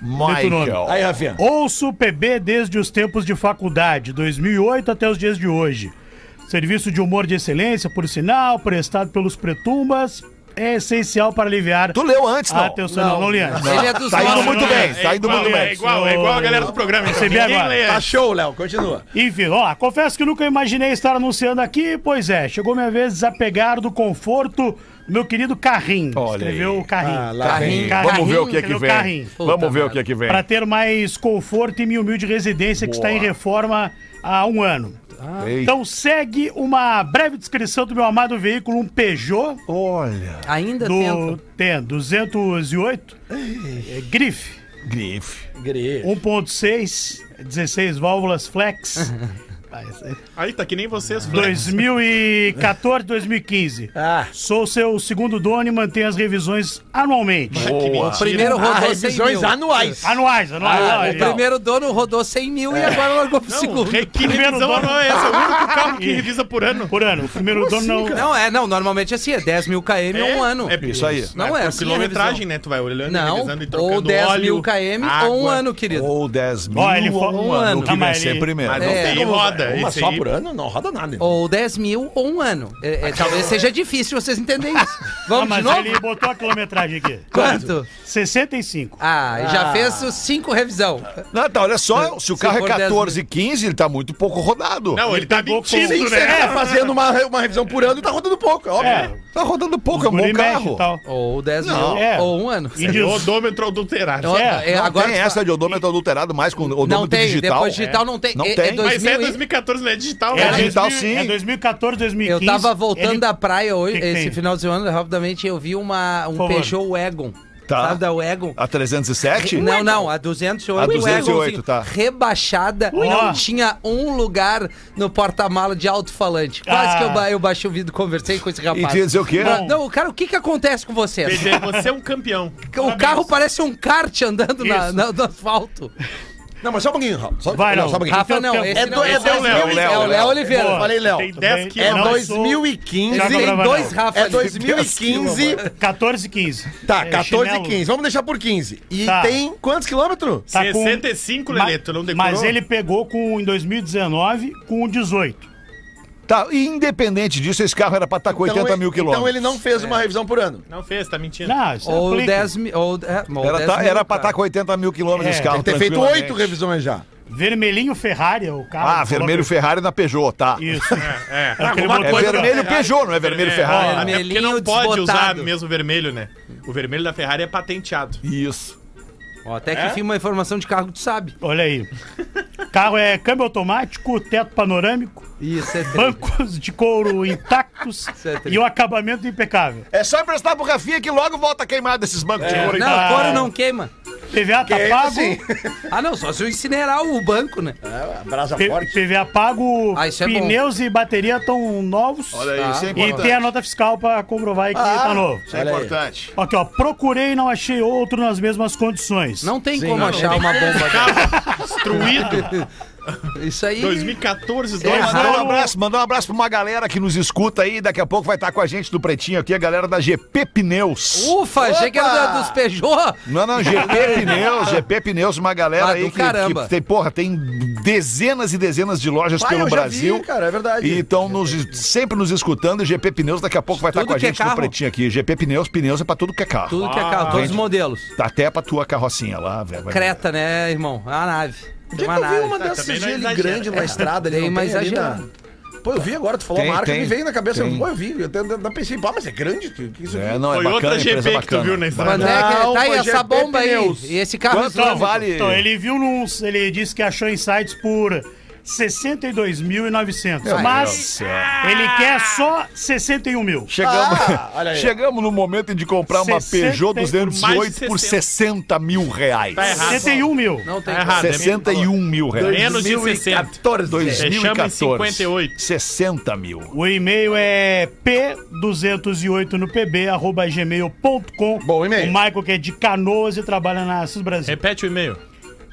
Speaker 8: Michael.
Speaker 5: Aí, Rafinha.
Speaker 7: Ouço o PB desde os tempos de faculdade, 2008 até os dias de hoje. Serviço de humor de excelência, por sinal, prestado pelos pretumbas é essencial para aliviar
Speaker 8: Tu leu antes,
Speaker 7: a
Speaker 8: não?
Speaker 7: atenção. Não, não, li antes.
Speaker 4: Ele é dos
Speaker 8: Tá indo
Speaker 4: nossos,
Speaker 8: muito
Speaker 4: né?
Speaker 8: bem, tá indo muito
Speaker 13: É
Speaker 8: bem.
Speaker 13: igual, é igual a galera do programa. então.
Speaker 7: Recebi
Speaker 13: Ninguém
Speaker 7: agora.
Speaker 13: lê.
Speaker 6: é
Speaker 5: Tá show, Léo, continua.
Speaker 7: Enfim, ó, confesso que nunca imaginei estar anunciando aqui, pois é, chegou minha vez de desapegar do conforto do meu querido Carrinho.
Speaker 8: Olha
Speaker 7: Escreveu
Speaker 8: aí.
Speaker 7: o Carrinho.
Speaker 5: Ah, lá vem.
Speaker 8: Vamos ver o que é que
Speaker 7: escreveu
Speaker 8: vem.
Speaker 7: Carrinho.
Speaker 8: Vamos ver o que é que vem.
Speaker 7: Para ter mais conforto e minha humilde residência que está em reforma há um ano.
Speaker 8: Eita,
Speaker 7: Então segue uma breve descrição do meu amado veículo, um Peugeot
Speaker 8: Olha.
Speaker 4: Ainda
Speaker 7: do
Speaker 4: tento.
Speaker 7: tem, 208, é, grife,
Speaker 8: Grife.
Speaker 7: 1.6, 16 válvulas flex,
Speaker 6: Aí tá que nem vocês, Flex.
Speaker 7: 2014, 2015.
Speaker 5: Ah.
Speaker 7: Sou seu segundo dono e mantenho as revisões anualmente.
Speaker 8: Boa.
Speaker 4: Primeiro
Speaker 5: Ah,
Speaker 4: rodou 100
Speaker 5: revisões
Speaker 4: mil.
Speaker 5: anuais.
Speaker 7: Anuais, anuais.
Speaker 4: Ah,
Speaker 7: não,
Speaker 4: o
Speaker 7: ele-
Speaker 4: primeiro dono rodou 100 mil e agora largou pro
Speaker 6: Não,
Speaker 4: segundo.
Speaker 6: re- que
Speaker 7: Primeiro
Speaker 6: revisão
Speaker 7: dono-
Speaker 6: não é essa? É o único carro que revisa por ano.
Speaker 7: Por ano. O primeiro dono não.
Speaker 4: Não, é, não, normalmente assim, é 10 mil km é, um ano.
Speaker 6: É
Speaker 8: Isso aí.
Speaker 4: Não é,
Speaker 6: por
Speaker 4: assim a
Speaker 6: quilometragem,
Speaker 4: revisão.
Speaker 6: né? Tu vai olhando e
Speaker 4: Não,
Speaker 6: revisando e trocando
Speaker 4: ou 10
Speaker 6: óleo,
Speaker 4: mil km ou um
Speaker 6: água.
Speaker 4: ano, querido.
Speaker 8: Ou 10 mil
Speaker 7: Ó, ele
Speaker 8: ou
Speaker 7: foi-
Speaker 8: um
Speaker 7: um
Speaker 8: ano.
Speaker 7: ano.
Speaker 8: Que
Speaker 7: Ah, mas
Speaker 8: vencer
Speaker 7: ele-
Speaker 8: primeiro.
Speaker 6: Mas não
Speaker 4: É.
Speaker 6: tem roda.
Speaker 5: Então, Uma
Speaker 6: esse
Speaker 5: só
Speaker 6: aí-
Speaker 5: por ano? Não roda nada. então.
Speaker 4: Ou 10 mil ou um ano. É, é, talvez seja difícil vocês entenderem isso.
Speaker 7: Ah,
Speaker 4: Vamos de
Speaker 7: mas
Speaker 4: novo?
Speaker 7: ele botou a quilometragem aqui.
Speaker 4: Quanto?
Speaker 7: 65.
Speaker 4: Ah, já fez os 5 revisão.
Speaker 8: Não, tá, olha só, se o
Speaker 4: Se
Speaker 8: carro é
Speaker 4: for 10 mil.
Speaker 8: 14, 15, ele tá muito pouco rodado.
Speaker 6: Não, ele tá
Speaker 7: pegou com-
Speaker 6: mentindo,
Speaker 5: Sim,
Speaker 7: tudo,
Speaker 5: você
Speaker 7: né?
Speaker 5: tá fazendo uma, uma revisão por ano, tá rodando pouco, é óbvio.
Speaker 7: É,
Speaker 8: Tá rodando pouco, é um bom
Speaker 7: guri mexe
Speaker 8: carro.
Speaker 7: e tal.
Speaker 4: Ou 10
Speaker 8: Não,
Speaker 4: mil
Speaker 7: é.
Speaker 4: ou um ano.
Speaker 7: E diz,
Speaker 6: Odômetro adulterado.
Speaker 4: Então,
Speaker 7: é,
Speaker 4: é,
Speaker 8: Não
Speaker 4: agora
Speaker 8: tem
Speaker 4: tu
Speaker 8: essa de odômetro adulterado mais com odômetro
Speaker 4: Não tem,
Speaker 8: digital.
Speaker 4: depois digital não tem.
Speaker 8: Não
Speaker 4: É- é
Speaker 8: tem.
Speaker 6: Mas
Speaker 4: 2000
Speaker 6: é
Speaker 4: e-
Speaker 6: 2014, não é digital,
Speaker 7: é,
Speaker 8: Era
Speaker 6: né?
Speaker 8: digital,
Speaker 7: 2000
Speaker 8: sim.
Speaker 7: é 2014, 2015.
Speaker 4: Eu tava voltando
Speaker 7: ele-
Speaker 4: da praia hoje,
Speaker 7: Que que
Speaker 4: esse
Speaker 7: tem?
Speaker 4: final de semana, rapidamente, eu vi uma, um
Speaker 7: Por favor.
Speaker 4: Peugeot Wagon.
Speaker 8: Tá.
Speaker 4: Sabe da Wagon?
Speaker 8: A 307?
Speaker 4: Não, não, a 208.
Speaker 8: A 208,
Speaker 4: Wagonzinho,
Speaker 8: tá.
Speaker 4: é Rebaixada,
Speaker 7: Ui.
Speaker 4: não
Speaker 7: Ó.
Speaker 4: tinha um lugar no porta-mala de alto-falante. Quase
Speaker 7: Ah.
Speaker 4: que eu, ba- eu baixei o vidro, conversei com esse rapaz.
Speaker 8: E tinha dizer o quê?
Speaker 4: Ah, Não, cara, o que que acontece com vocês?
Speaker 6: PG, você é um campeão.
Speaker 4: O carro parece um kart andando na,
Speaker 7: Isso.
Speaker 4: na- no asfalto.
Speaker 5: Não, mas só um pouquinho, Raul. Só,
Speaker 7: Vai,
Speaker 5: não,
Speaker 7: Léo.
Speaker 5: só um pouquinho.
Speaker 4: Rafa, não,
Speaker 7: campeão.
Speaker 4: esse
Speaker 5: É
Speaker 4: não,
Speaker 5: do- é
Speaker 4: esse
Speaker 5: dois mil e-
Speaker 4: É o Léo Oliveira.
Speaker 7: Boa.
Speaker 5: Falei, Léo.
Speaker 7: Tem
Speaker 6: Tudo
Speaker 7: 10
Speaker 6: bem?
Speaker 7: quilos.
Speaker 5: É
Speaker 7: não, mas sou-
Speaker 5: 2015.
Speaker 7: Já
Speaker 4: Tem
Speaker 7: Não,
Speaker 4: dois
Speaker 7: não.
Speaker 4: Rafa
Speaker 5: É
Speaker 4: ali.
Speaker 5: 2015.
Speaker 7: 14, 15.
Speaker 5: Tá,
Speaker 7: É,
Speaker 5: 14 e
Speaker 7: chinelo.
Speaker 5: 15. Vamos deixar por 15. E
Speaker 7: Tá.
Speaker 5: tem quantos quilômetros?
Speaker 7: Tá com-
Speaker 6: 65, Lelê, tu não decorou?
Speaker 7: Mas ele pegou com, em 2019 com 18.
Speaker 8: Tá, e independente disso, esse carro era pra estar com 80 mil quilômetros.
Speaker 5: Então ele não fez
Speaker 7: É.
Speaker 5: uma revisão por ano.
Speaker 6: Não fez, tá mentindo.
Speaker 7: Não, Ah, isso é
Speaker 4: Ou
Speaker 7: aplica.
Speaker 4: 10 mil. Ou, é, ou
Speaker 8: Era,
Speaker 4: 10
Speaker 8: tá,
Speaker 4: mil,
Speaker 8: era pra
Speaker 4: cara.
Speaker 8: estar com 80 mil quilômetros
Speaker 7: É,
Speaker 8: esse carro.
Speaker 5: Ter feito
Speaker 8: tranquilamente.
Speaker 5: oito revisões já.
Speaker 7: Vermelhinho Ferrari é o carro.
Speaker 8: Ah,
Speaker 7: Ele falou
Speaker 8: vermelho
Speaker 7: que-
Speaker 8: Ferrari na Peugeot, tá.
Speaker 7: Isso.
Speaker 6: É,
Speaker 7: É o que ele
Speaker 8: É
Speaker 7: botou.
Speaker 6: coisa da
Speaker 8: vermelho
Speaker 6: Ferrari.
Speaker 8: Peugeot, não é vermelho Ferrari.
Speaker 6: Até porque não
Speaker 4: Vermelhinho
Speaker 6: pode usar
Speaker 4: desbotado.
Speaker 6: mesmo vermelho, né? O vermelho da Ferrari é patenteado.
Speaker 8: Isso.
Speaker 4: Ó, até que enfim, uma informação de carro que tu sabe.
Speaker 7: Olha aí. Carro é câmbio automático, teto panorâmico,
Speaker 4: Isso é tri.
Speaker 7: bancos de couro intactos
Speaker 4: é tri.
Speaker 7: e o acabamento impecável.
Speaker 8: É só emprestar pro Rafinha que logo volta queimado esses bancos
Speaker 4: É.
Speaker 8: de ouro. aí.
Speaker 4: Não, couro não queima.
Speaker 7: PVA tá
Speaker 5: é
Speaker 7: pago.
Speaker 5: assim.
Speaker 4: Ah, não, só se eu incinerar o banco, né?
Speaker 5: Brasa
Speaker 7: P- PVA pago,
Speaker 4: Ah, isso é bom.
Speaker 7: pneus e bateria estão novos.
Speaker 8: Olha
Speaker 4: Tá.
Speaker 8: aí, isso é
Speaker 7: E tem
Speaker 8: importante.
Speaker 7: a nota fiscal pra comprovar aí que tá novo.
Speaker 8: Isso é
Speaker 5: Olha aí.
Speaker 8: importante.
Speaker 7: Aqui, ó. Procurei e não achei outro nas mesmas condições.
Speaker 4: Não tem como achar uma bomba.
Speaker 6: Carro destruído.
Speaker 4: Isso aí.
Speaker 6: 2014,
Speaker 8: Então,
Speaker 6: dois
Speaker 8: mandar um
Speaker 7: Erraram-
Speaker 8: abraço, mandar um abraço pra uma galera que nos escuta aí. Daqui a pouco vai estar com a gente do Pretinho aqui, a galera da GP Pneus.
Speaker 4: Ufa, achei que era da- dos Peugeot.
Speaker 8: Não, não, GP Pneus, GP Pneus, uma galera
Speaker 4: Ah, do
Speaker 8: aí que,
Speaker 4: caramba.
Speaker 8: que tem, porra, tem dezenas e dezenas de lojas pelo Brasil.
Speaker 5: cara, é verdade.
Speaker 8: E estão nos, sempre nos escutando. E GP Pneus daqui a pouco vai estar
Speaker 4: Tudo
Speaker 8: com a
Speaker 4: que é
Speaker 8: gente no
Speaker 4: carro.
Speaker 8: Pretinho aqui. GP Pneus, pneus é pra tudo que é carro.
Speaker 4: Tudo que é carro, todos os
Speaker 8: gente.
Speaker 4: modelos.
Speaker 8: Até pra tua carrocinha lá, velho.
Speaker 4: Creta, né, irmão? A nave.
Speaker 5: Onde
Speaker 4: Tem
Speaker 5: é que
Speaker 4: uma
Speaker 5: eu vi uma
Speaker 4: nave.
Speaker 5: dessas
Speaker 6: também não
Speaker 5: GL
Speaker 6: exagera.
Speaker 5: grande na estrada ali?
Speaker 4: tem,
Speaker 5: não
Speaker 4: mas
Speaker 5: ali na-
Speaker 4: exagera.
Speaker 5: Pô, eu vi agora, tu falou
Speaker 8: Tem,
Speaker 5: a marca,
Speaker 8: tem,
Speaker 5: me veio na cabeça.
Speaker 8: tem.
Speaker 5: Pô, eu vi. Eu até, até pensei, pô, mas é grande? Que, que isso
Speaker 8: É,
Speaker 5: aqui?
Speaker 8: não, é
Speaker 6: Foi
Speaker 8: bacana,
Speaker 6: outra
Speaker 8: a empresa
Speaker 6: GP
Speaker 8: é
Speaker 6: que tu
Speaker 8: bacana.
Speaker 6: viu na
Speaker 4: Quanto
Speaker 6: estrada.
Speaker 4: é que
Speaker 5: Não,
Speaker 4: tá aí
Speaker 5: foi
Speaker 4: essa
Speaker 5: GP
Speaker 4: bomba aí?
Speaker 5: Pneus.
Speaker 4: E esse carro é
Speaker 8: Quanto
Speaker 4: islâmico?
Speaker 8: vale?
Speaker 7: Então, ele viu num. Ele disse que achou em sites por
Speaker 8: Meu Deus
Speaker 7: 62.900.
Speaker 8: do
Speaker 7: Mas
Speaker 8: céu.
Speaker 7: ele quer só 61 mil.
Speaker 8: Chegamos,
Speaker 5: Ah, olha aí.
Speaker 8: chegamos no momento de comprar uma
Speaker 7: 60
Speaker 8: Peugeot
Speaker 7: por mais
Speaker 8: 208
Speaker 6: de
Speaker 8: por 60 mil reais.
Speaker 6: Tá errado.
Speaker 7: 61 mil.
Speaker 4: Não
Speaker 8: É
Speaker 4: tem
Speaker 6: Tá
Speaker 4: como.
Speaker 6: errado.
Speaker 8: 61 mil reais.
Speaker 6: Menos de 60.
Speaker 8: 2014.
Speaker 6: Chama em 58.
Speaker 8: 60 mil.
Speaker 7: O e-mail é p208 no pb, arroba gmail.com.
Speaker 5: Bom e-mail.
Speaker 7: O Michael, que é de Canoas e trabalha na Assis Brasil.
Speaker 6: Repete o e-mail.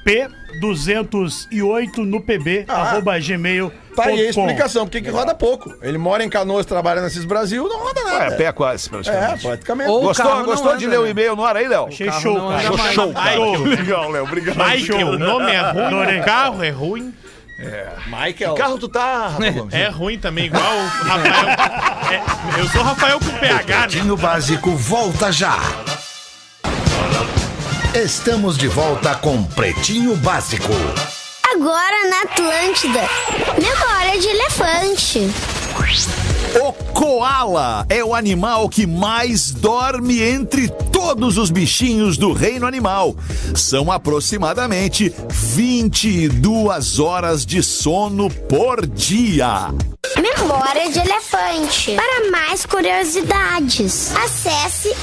Speaker 7: p208 no pb,
Speaker 5: Ah.
Speaker 7: arroba gmail.com.
Speaker 5: Tá aí a explicação, porque que roda pouco. Ele mora em Canoas, trabalha na Cis Brasil, não roda
Speaker 8: É,
Speaker 5: nada.
Speaker 8: pé quase,
Speaker 5: É,
Speaker 8: praticamente.
Speaker 5: praticamente.
Speaker 4: Ou- O carro
Speaker 8: Gostou,
Speaker 4: não
Speaker 8: gostou de
Speaker 4: anda,
Speaker 8: ler o
Speaker 4: né?
Speaker 8: e-mail no ar aí, Léo?
Speaker 7: Achei
Speaker 4: carro
Speaker 7: show,
Speaker 4: não
Speaker 6: é
Speaker 7: cara.
Speaker 4: anda mais.
Speaker 7: Show,
Speaker 6: Michael.
Speaker 8: Legal, Léo. Obrigado.
Speaker 6: Michael, o nome é ruim,
Speaker 7: Adorei.
Speaker 6: o carro é ruim.
Speaker 5: Michael.
Speaker 8: Que carro tu tá,
Speaker 4: Né?
Speaker 8: Rafa Gomes?
Speaker 6: É ruim também, igual o Rafael. É, eu sou Rafael com
Speaker 4: É.
Speaker 6: PH, né?
Speaker 1: Pretinho Básico volta já. Estamos de volta com Pretinho Básico.
Speaker 14: Agora na Atlântida. Memória de elefante.
Speaker 1: O koala é o animal que mais dorme entre todos os bichinhos do reino animal. São aproximadamente 22 horas de sono por dia.
Speaker 14: Memória de elefante. Para mais curiosidades, acesse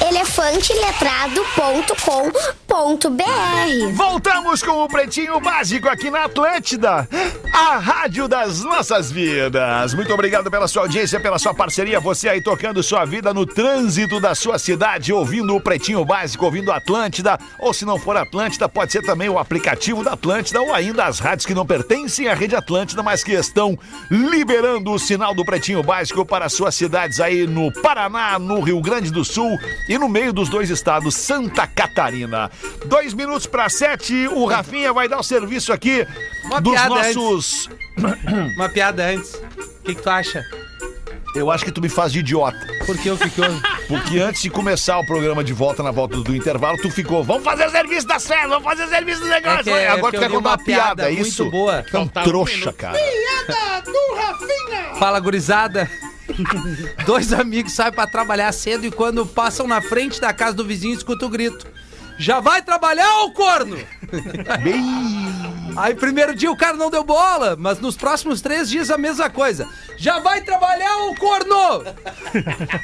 Speaker 14: elefanteletrado.com.br.
Speaker 8: Voltamos com o Pretinho Básico aqui na Atlântida, a rádio das nossas vidas. Muito obrigado pela sua audiência, pela sua parceria. Você aí tocando sua vida no trânsito da sua cidade, ouvindo o Pretinho Básico, ouvindo a Atlântida. Ou se não for Atlântida, pode ser também o aplicativo da Atlântida ou ainda as rádios que não pertencem à rede Atlântida, mas que estão liberando o sinal do Pretinho Básico para suas cidades aí no Paraná, no Rio Grande do Sul e no meio dos dois estados, Santa Catarina. Dois minutos para sete, o Rafinha vai dar o serviço aqui
Speaker 4: Uma
Speaker 8: dos
Speaker 4: piada
Speaker 8: nossos.
Speaker 4: Uma piada antes. O que, que tu acha?
Speaker 8: Eu acho que tu me faz de idiota.
Speaker 4: Por que eu que que houve?
Speaker 8: Porque antes de começar o programa de volta na volta do intervalo, tu ficou, vamos fazer o serviço da série, vamos fazer o serviço do negócio.
Speaker 4: que- é
Speaker 8: Agora
Speaker 4: que
Speaker 8: tu
Speaker 4: eu
Speaker 8: quer
Speaker 4: li
Speaker 8: contar uma
Speaker 4: uma
Speaker 8: piada,
Speaker 4: piada
Speaker 8: é isso?
Speaker 4: muito boa.
Speaker 8: Tu é um trouxa, cara.
Speaker 4: Fala, gurizada. Dois amigos saem pra trabalhar cedo e quando passam na frente da casa do vizinho, escuta o grito. Já vai trabalhar, ô corno! Aí primeiro dia o cara não deu bola, mas nos próximos três dias a mesma coisa. Já vai trabalhar, ô corno!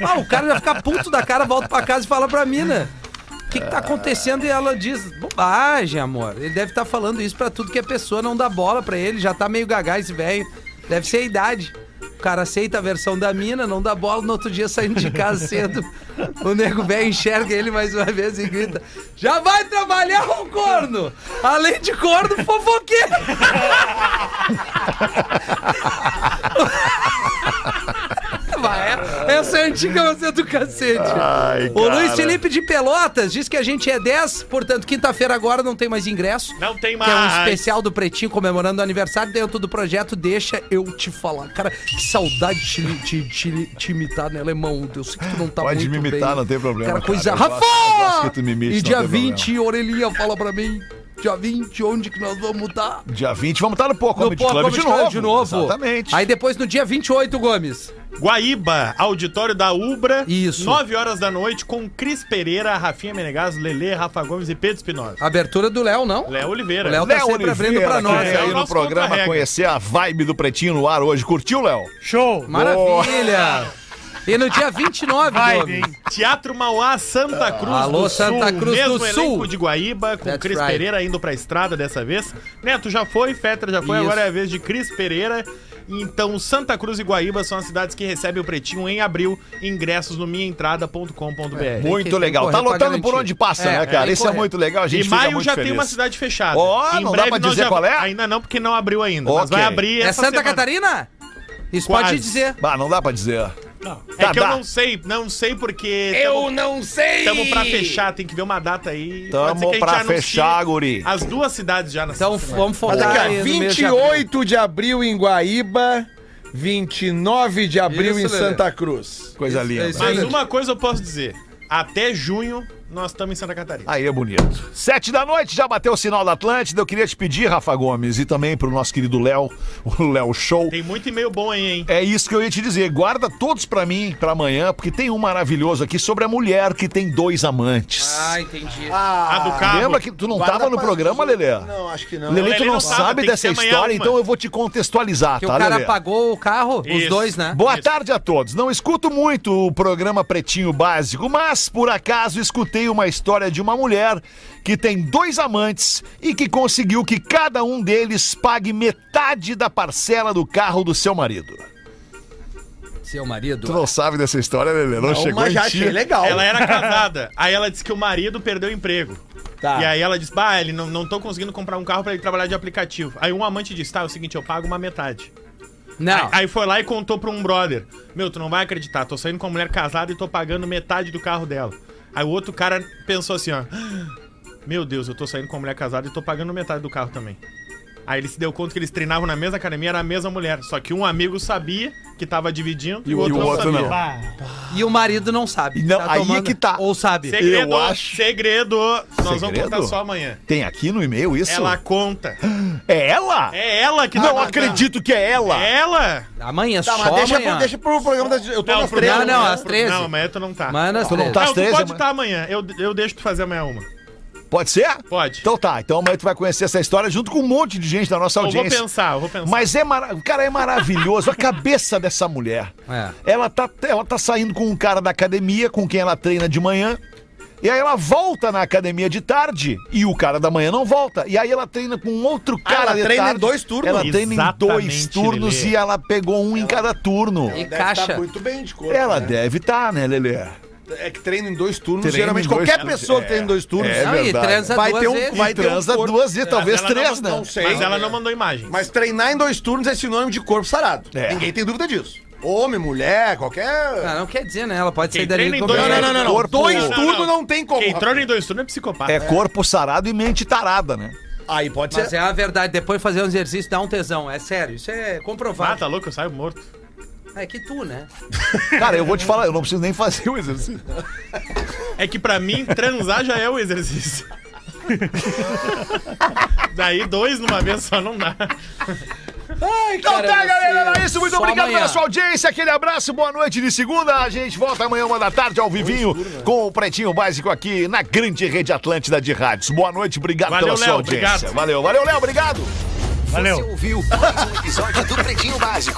Speaker 4: Ah, o cara já fica puto da cara, volta pra casa e fala pra mina. O que, que tá acontecendo? E ela diz, bobagem, amor. Ele deve estar falando isso pra tudo que a pessoa não dá bola pra ele. Já tá meio gagá esse velho. Deve ser a idade. O cara aceita a versão da mina, não dá bola, no outro dia saindo de casa cedo. O nego velho enxerga ele mais uma vez e grita: Já vai trabalhar um corno! Além de corno, fofoqueiro! Vai, é- Essa é a antiga você é do cacete. o Luiz Felipe de Pelotas diz que a gente é 10, portanto, quinta-feira agora não tem mais ingresso.
Speaker 6: Não tem
Speaker 4: Que é um
Speaker 6: mais.
Speaker 4: especial do Pretinho comemorando o aniversário dentro do projeto Deixa Eu Te Falar. Cara, que saudade de te, de- de te imitar, né, alemão? Eu sei que tu não tá
Speaker 8: Pode
Speaker 4: muito
Speaker 8: me imitar,
Speaker 4: bem.
Speaker 8: não tem problema,
Speaker 4: Cara,
Speaker 8: cara.
Speaker 4: coisa...
Speaker 8: Eu
Speaker 4: Rafa!
Speaker 8: gosto- eu gosto que tu me imites,
Speaker 4: e
Speaker 8: não
Speaker 4: dia
Speaker 8: tem
Speaker 4: 20, Orelhinha, fala pra mim. Dia 20, onde que nós vamos estar?
Speaker 8: Dia 20, vamos estar no Pô
Speaker 4: No
Speaker 8: Comedy
Speaker 4: Pô
Speaker 8: Club
Speaker 4: Comedy
Speaker 8: de
Speaker 4: Club
Speaker 8: novo.
Speaker 4: de novo.
Speaker 8: Exatamente.
Speaker 4: Aí depois, no dia 28, Gomes.
Speaker 6: Guaíba, auditório da Ubra.
Speaker 4: Isso.
Speaker 6: 9 horas da noite com Cris Pereira, Rafinha Menegas, Lele, Rafa Gomes e Pedro Espinosa.
Speaker 4: Abertura do Léo, não?
Speaker 6: Léo Oliveira.
Speaker 4: O Léo tá
Speaker 8: Léo
Speaker 4: sempre abrindo pra
Speaker 8: Oliveira,
Speaker 4: nós.
Speaker 8: que veio
Speaker 6: é
Speaker 8: aí
Speaker 6: o
Speaker 8: no
Speaker 6: nosso
Speaker 8: programa
Speaker 6: contra-regra.
Speaker 8: conhecer a vibe do Pretinho no ar hoje. Curtiu, Léo?
Speaker 7: Show!
Speaker 4: Maravilha! E no dia 29,
Speaker 7: Vibe,
Speaker 4: Gomes.
Speaker 7: hein?
Speaker 6: Teatro Mauá,
Speaker 8: Ah,
Speaker 6: Santa Cruz
Speaker 4: Alô,
Speaker 6: do
Speaker 4: Santa
Speaker 6: Sul.
Speaker 4: Cruz
Speaker 6: mesmo
Speaker 4: do
Speaker 6: elenco
Speaker 4: Sul.
Speaker 6: de Guaíba, com
Speaker 4: That's
Speaker 6: Cris
Speaker 4: right.
Speaker 6: Pereira indo pra estrada dessa vez. Neto já foi, Fetra já foi,
Speaker 4: Isso.
Speaker 6: agora é a vez de Cris Pereira. Então, Santa Cruz e Guaíba são as cidades que recebem o Pretinho em abril. Ingressos no minhaentrada.com.br.
Speaker 8: Muito
Speaker 4: que-
Speaker 8: legal. Tá
Speaker 4: tem que correr pra
Speaker 8: lotando por
Speaker 4: garantir.
Speaker 8: onde passa,
Speaker 4: É,
Speaker 8: né, cara?
Speaker 4: tem
Speaker 8: Isso
Speaker 4: que
Speaker 8: é
Speaker 4: correr.
Speaker 8: muito legal, a gente
Speaker 6: e
Speaker 8: fica
Speaker 6: maio
Speaker 8: muito
Speaker 6: já tem
Speaker 8: feliz.
Speaker 6: uma cidade fechada.
Speaker 8: Ó, não dá pra
Speaker 6: nós
Speaker 8: dizer
Speaker 6: já-
Speaker 8: qual é?
Speaker 6: Ainda não, porque não abriu ainda. Mas
Speaker 8: Ok.
Speaker 6: vai abrir
Speaker 4: É
Speaker 6: essa
Speaker 4: Santa
Speaker 6: semana.
Speaker 4: Catarina? Isso
Speaker 6: Quase.
Speaker 4: pode dizer.
Speaker 8: Bah, não dá pra dizer.
Speaker 6: É
Speaker 8: Tá,
Speaker 6: que eu
Speaker 8: dá.
Speaker 6: não sei, não sei porque...
Speaker 5: Eu não sei!
Speaker 6: Estamos pra fechar, tem que ver uma data aí. Pode ser
Speaker 8: Tamo
Speaker 6: que a gente
Speaker 8: pra
Speaker 6: anuncie Ah,
Speaker 8: fechar, guri.
Speaker 6: As duas cidades já na
Speaker 4: Então vamos focar.
Speaker 5: Mas aqui, ó,
Speaker 4: aí no mês de abril.
Speaker 5: 28 de abril em Guaíba, 29 de abril
Speaker 4: Isso,
Speaker 5: em
Speaker 4: Lelê.
Speaker 5: Santa Cruz.
Speaker 6: é
Speaker 8: Coisa linda.
Speaker 4: É isso
Speaker 6: Mas
Speaker 4: Sim.
Speaker 6: uma coisa eu posso dizer. Até junho, nós estamos em Santa Catarina.
Speaker 8: Aí é bonito. Sete da noite, já bateu o sinal da Atlântida. Eu queria te pedir, Rafa Gomes, e também pro nosso querido Léo, o Léo Show.
Speaker 6: Tem muito e-mail bom aí, hein?
Speaker 8: É isso que eu ia te dizer. Guarda todos pra mim, pra amanhã, porque tem um maravilhoso aqui sobre a mulher que tem dois amantes.
Speaker 4: Ah, entendi.
Speaker 6: a do carro.
Speaker 8: Lembra que tu não
Speaker 5: Guarda
Speaker 8: tava no
Speaker 5: pra-
Speaker 8: programa, Lelê?
Speaker 5: Não, acho que não.
Speaker 8: Lelê, tu
Speaker 6: Lelê
Speaker 8: não,
Speaker 6: não tava,
Speaker 8: sabe
Speaker 6: tem que
Speaker 8: dessa
Speaker 6: ser amanhã
Speaker 8: história,
Speaker 6: uma.
Speaker 8: então eu vou te contextualizar,
Speaker 4: Que
Speaker 8: tá,
Speaker 4: o cara
Speaker 8: Lelê?
Speaker 4: apagou o carro, os
Speaker 6: Isso.
Speaker 4: dois, né?
Speaker 8: Boa
Speaker 6: Isso.
Speaker 8: tarde a todos. Não escuto muito o programa Pretinho Básico, mas por acaso escutei uma história de uma mulher que tem dois amantes e que conseguiu que cada um deles pague metade da parcela do carro do seu marido.
Speaker 4: Seu
Speaker 8: Tu
Speaker 4: marido.
Speaker 8: não sabe dessa história, Lelê? Não, chegou
Speaker 5: mas
Speaker 8: em é
Speaker 5: já
Speaker 8: ti. né?
Speaker 5: achei legal.
Speaker 6: Ela era casada. aí ela disse que o marido perdeu o emprego.
Speaker 5: Tá.
Speaker 8: Ah.
Speaker 6: E aí ela disse, bah, ele não, não tô conseguindo comprar um carro pra ele trabalhar de aplicativo. Aí um amante disse, tá, é o seguinte, eu pago uma metade.
Speaker 4: Não.
Speaker 6: Aí foi lá e contou pra um brother. Meu, tu não vai acreditar, tô saindo com uma mulher casada e tô pagando metade do carro dela. Aí o outro cara "Ah, pensou assim, ó. Meu Deus, eu tô saindo com uma mulher casada e tô pagando metade do carro também. Aí ele se deu conta que eles treinavam na mesma academia, era a mesma mulher. Só que um amigo sabia que tava dividindo e o outro, não sabia.
Speaker 4: E o marido não sabe.
Speaker 8: Não, aí é que tá.
Speaker 4: Ou sabe.
Speaker 6: Segredo,
Speaker 8: Eu acho-
Speaker 6: segredo. Nós vamos
Speaker 8: Segredo?
Speaker 6: contar só amanhã.
Speaker 8: Tem aqui no e-mail isso?
Speaker 6: Ela conta.
Speaker 8: É ela?
Speaker 6: É ela que
Speaker 8: Não
Speaker 6: tá-
Speaker 8: acredito que é ela.
Speaker 6: É ela?
Speaker 4: Amanhã,
Speaker 5: Tá,
Speaker 4: só
Speaker 5: mas deixa,
Speaker 4: amanhã.
Speaker 5: pro, deixa pro programa das. Eu tô
Speaker 6: Não,
Speaker 5: nas
Speaker 6: pro-
Speaker 5: três.
Speaker 4: Não, não,
Speaker 5: né?
Speaker 4: às 13.
Speaker 6: Não, amanhã tu não tá.
Speaker 4: Amanhã nós
Speaker 8: Tu não
Speaker 4: três.
Speaker 8: tá- Às
Speaker 6: Não, tu
Speaker 8: 13
Speaker 6: pode
Speaker 8: amanhã.
Speaker 6: estar amanhã. Eu, eu deixo tu fazer amanhã uma.
Speaker 8: Pode ser?
Speaker 6: Pode.
Speaker 8: Então tá, então amanhã tu vai conhecer essa história junto com um monte de gente da nossa
Speaker 6: Eu vou
Speaker 8: audiência.
Speaker 6: pensar, eu vou pensar.
Speaker 8: Mas é mara... cara, é maravilhoso a cabeça dessa mulher.
Speaker 4: É.
Speaker 8: Ela tá, ela tá saindo com um cara da academia, com quem ela treina de manhã. E aí ela volta na academia de tarde e o cara da manhã não volta. E aí ela treina com outro cara
Speaker 5: ela
Speaker 8: de
Speaker 5: treina em
Speaker 8: tarde.
Speaker 5: dois turnos?
Speaker 8: Ela treina em dois
Speaker 6: Exatamente,
Speaker 8: turnos
Speaker 6: Lelê.
Speaker 8: e ela pegou um em cada turno.
Speaker 4: E
Speaker 5: Deve
Speaker 4: caixa.
Speaker 5: Tá muito bem de corpo.
Speaker 8: Ela
Speaker 5: né?
Speaker 8: deve estar, né, Lelê?
Speaker 5: É que treina em dois turnos.
Speaker 8: Treina em
Speaker 5: geralmente
Speaker 8: dois
Speaker 5: qualquer
Speaker 8: turnos,
Speaker 5: pessoa
Speaker 8: é.
Speaker 5: que treina em dois turnos.
Speaker 8: É
Speaker 4: Não, e
Speaker 8: verdade.
Speaker 4: transa
Speaker 5: Vai
Speaker 4: duas
Speaker 5: ter um-
Speaker 4: vezes.
Speaker 5: vai-
Speaker 8: E transa
Speaker 5: corpo-
Speaker 8: duas vezes, talvez
Speaker 6: ela não-
Speaker 8: três, né?
Speaker 5: não sei.
Speaker 6: Mas ela
Speaker 5: é.
Speaker 6: não mandou imagem.
Speaker 5: Mas treinar em dois turnos é sinônimo de corpo sarado.
Speaker 8: É.
Speaker 5: Ninguém tem dúvida disso. Homem, mulher, qualquer.
Speaker 4: Ah, não quer dizer, né? Ela pode
Speaker 6: Quem
Speaker 4: sair dali
Speaker 6: treina em
Speaker 4: comer.
Speaker 6: dois- Não, não, não, não.
Speaker 8: Corpo-
Speaker 5: Dois
Speaker 6: Não, não,
Speaker 5: turnos não.
Speaker 6: não.
Speaker 5: tem como.
Speaker 6: Quem entrou em dois turnos é psicopata.
Speaker 8: É corpo sarado e mente tarada, né?
Speaker 5: Aí pode
Speaker 4: Mas
Speaker 5: ser.
Speaker 4: é a verdade, depois fazer um exercício dá um tesão, é sério, isso é
Speaker 6: Ah,
Speaker 4: comprovado.
Speaker 6: tá louco, eu saio morto.
Speaker 4: É que tu, né?
Speaker 8: Cara, eu vou te falar, eu não preciso nem fazer o exercício.
Speaker 6: É que pra mim, transar já é o exercício. Daí dois numa vez só não dá.
Speaker 4: Então
Speaker 8: Tá, galera, era isso. Muito obrigado pela sua audiência. Aquele abraço, boa noite de segunda. A gente volta amanhã, uma da tarde, ao vivinho, com o Pretinho Básico aqui na grande rede Atlântida de rádios. Boa noite, obrigado
Speaker 6: Valeu,
Speaker 8: pela sua
Speaker 6: Léo,
Speaker 8: audiência.
Speaker 6: obrigado.
Speaker 8: Valeu, valeu, Léo, obrigado.
Speaker 7: Valeu.
Speaker 15: Você ouviu mais um episódio do Pretinho Básico.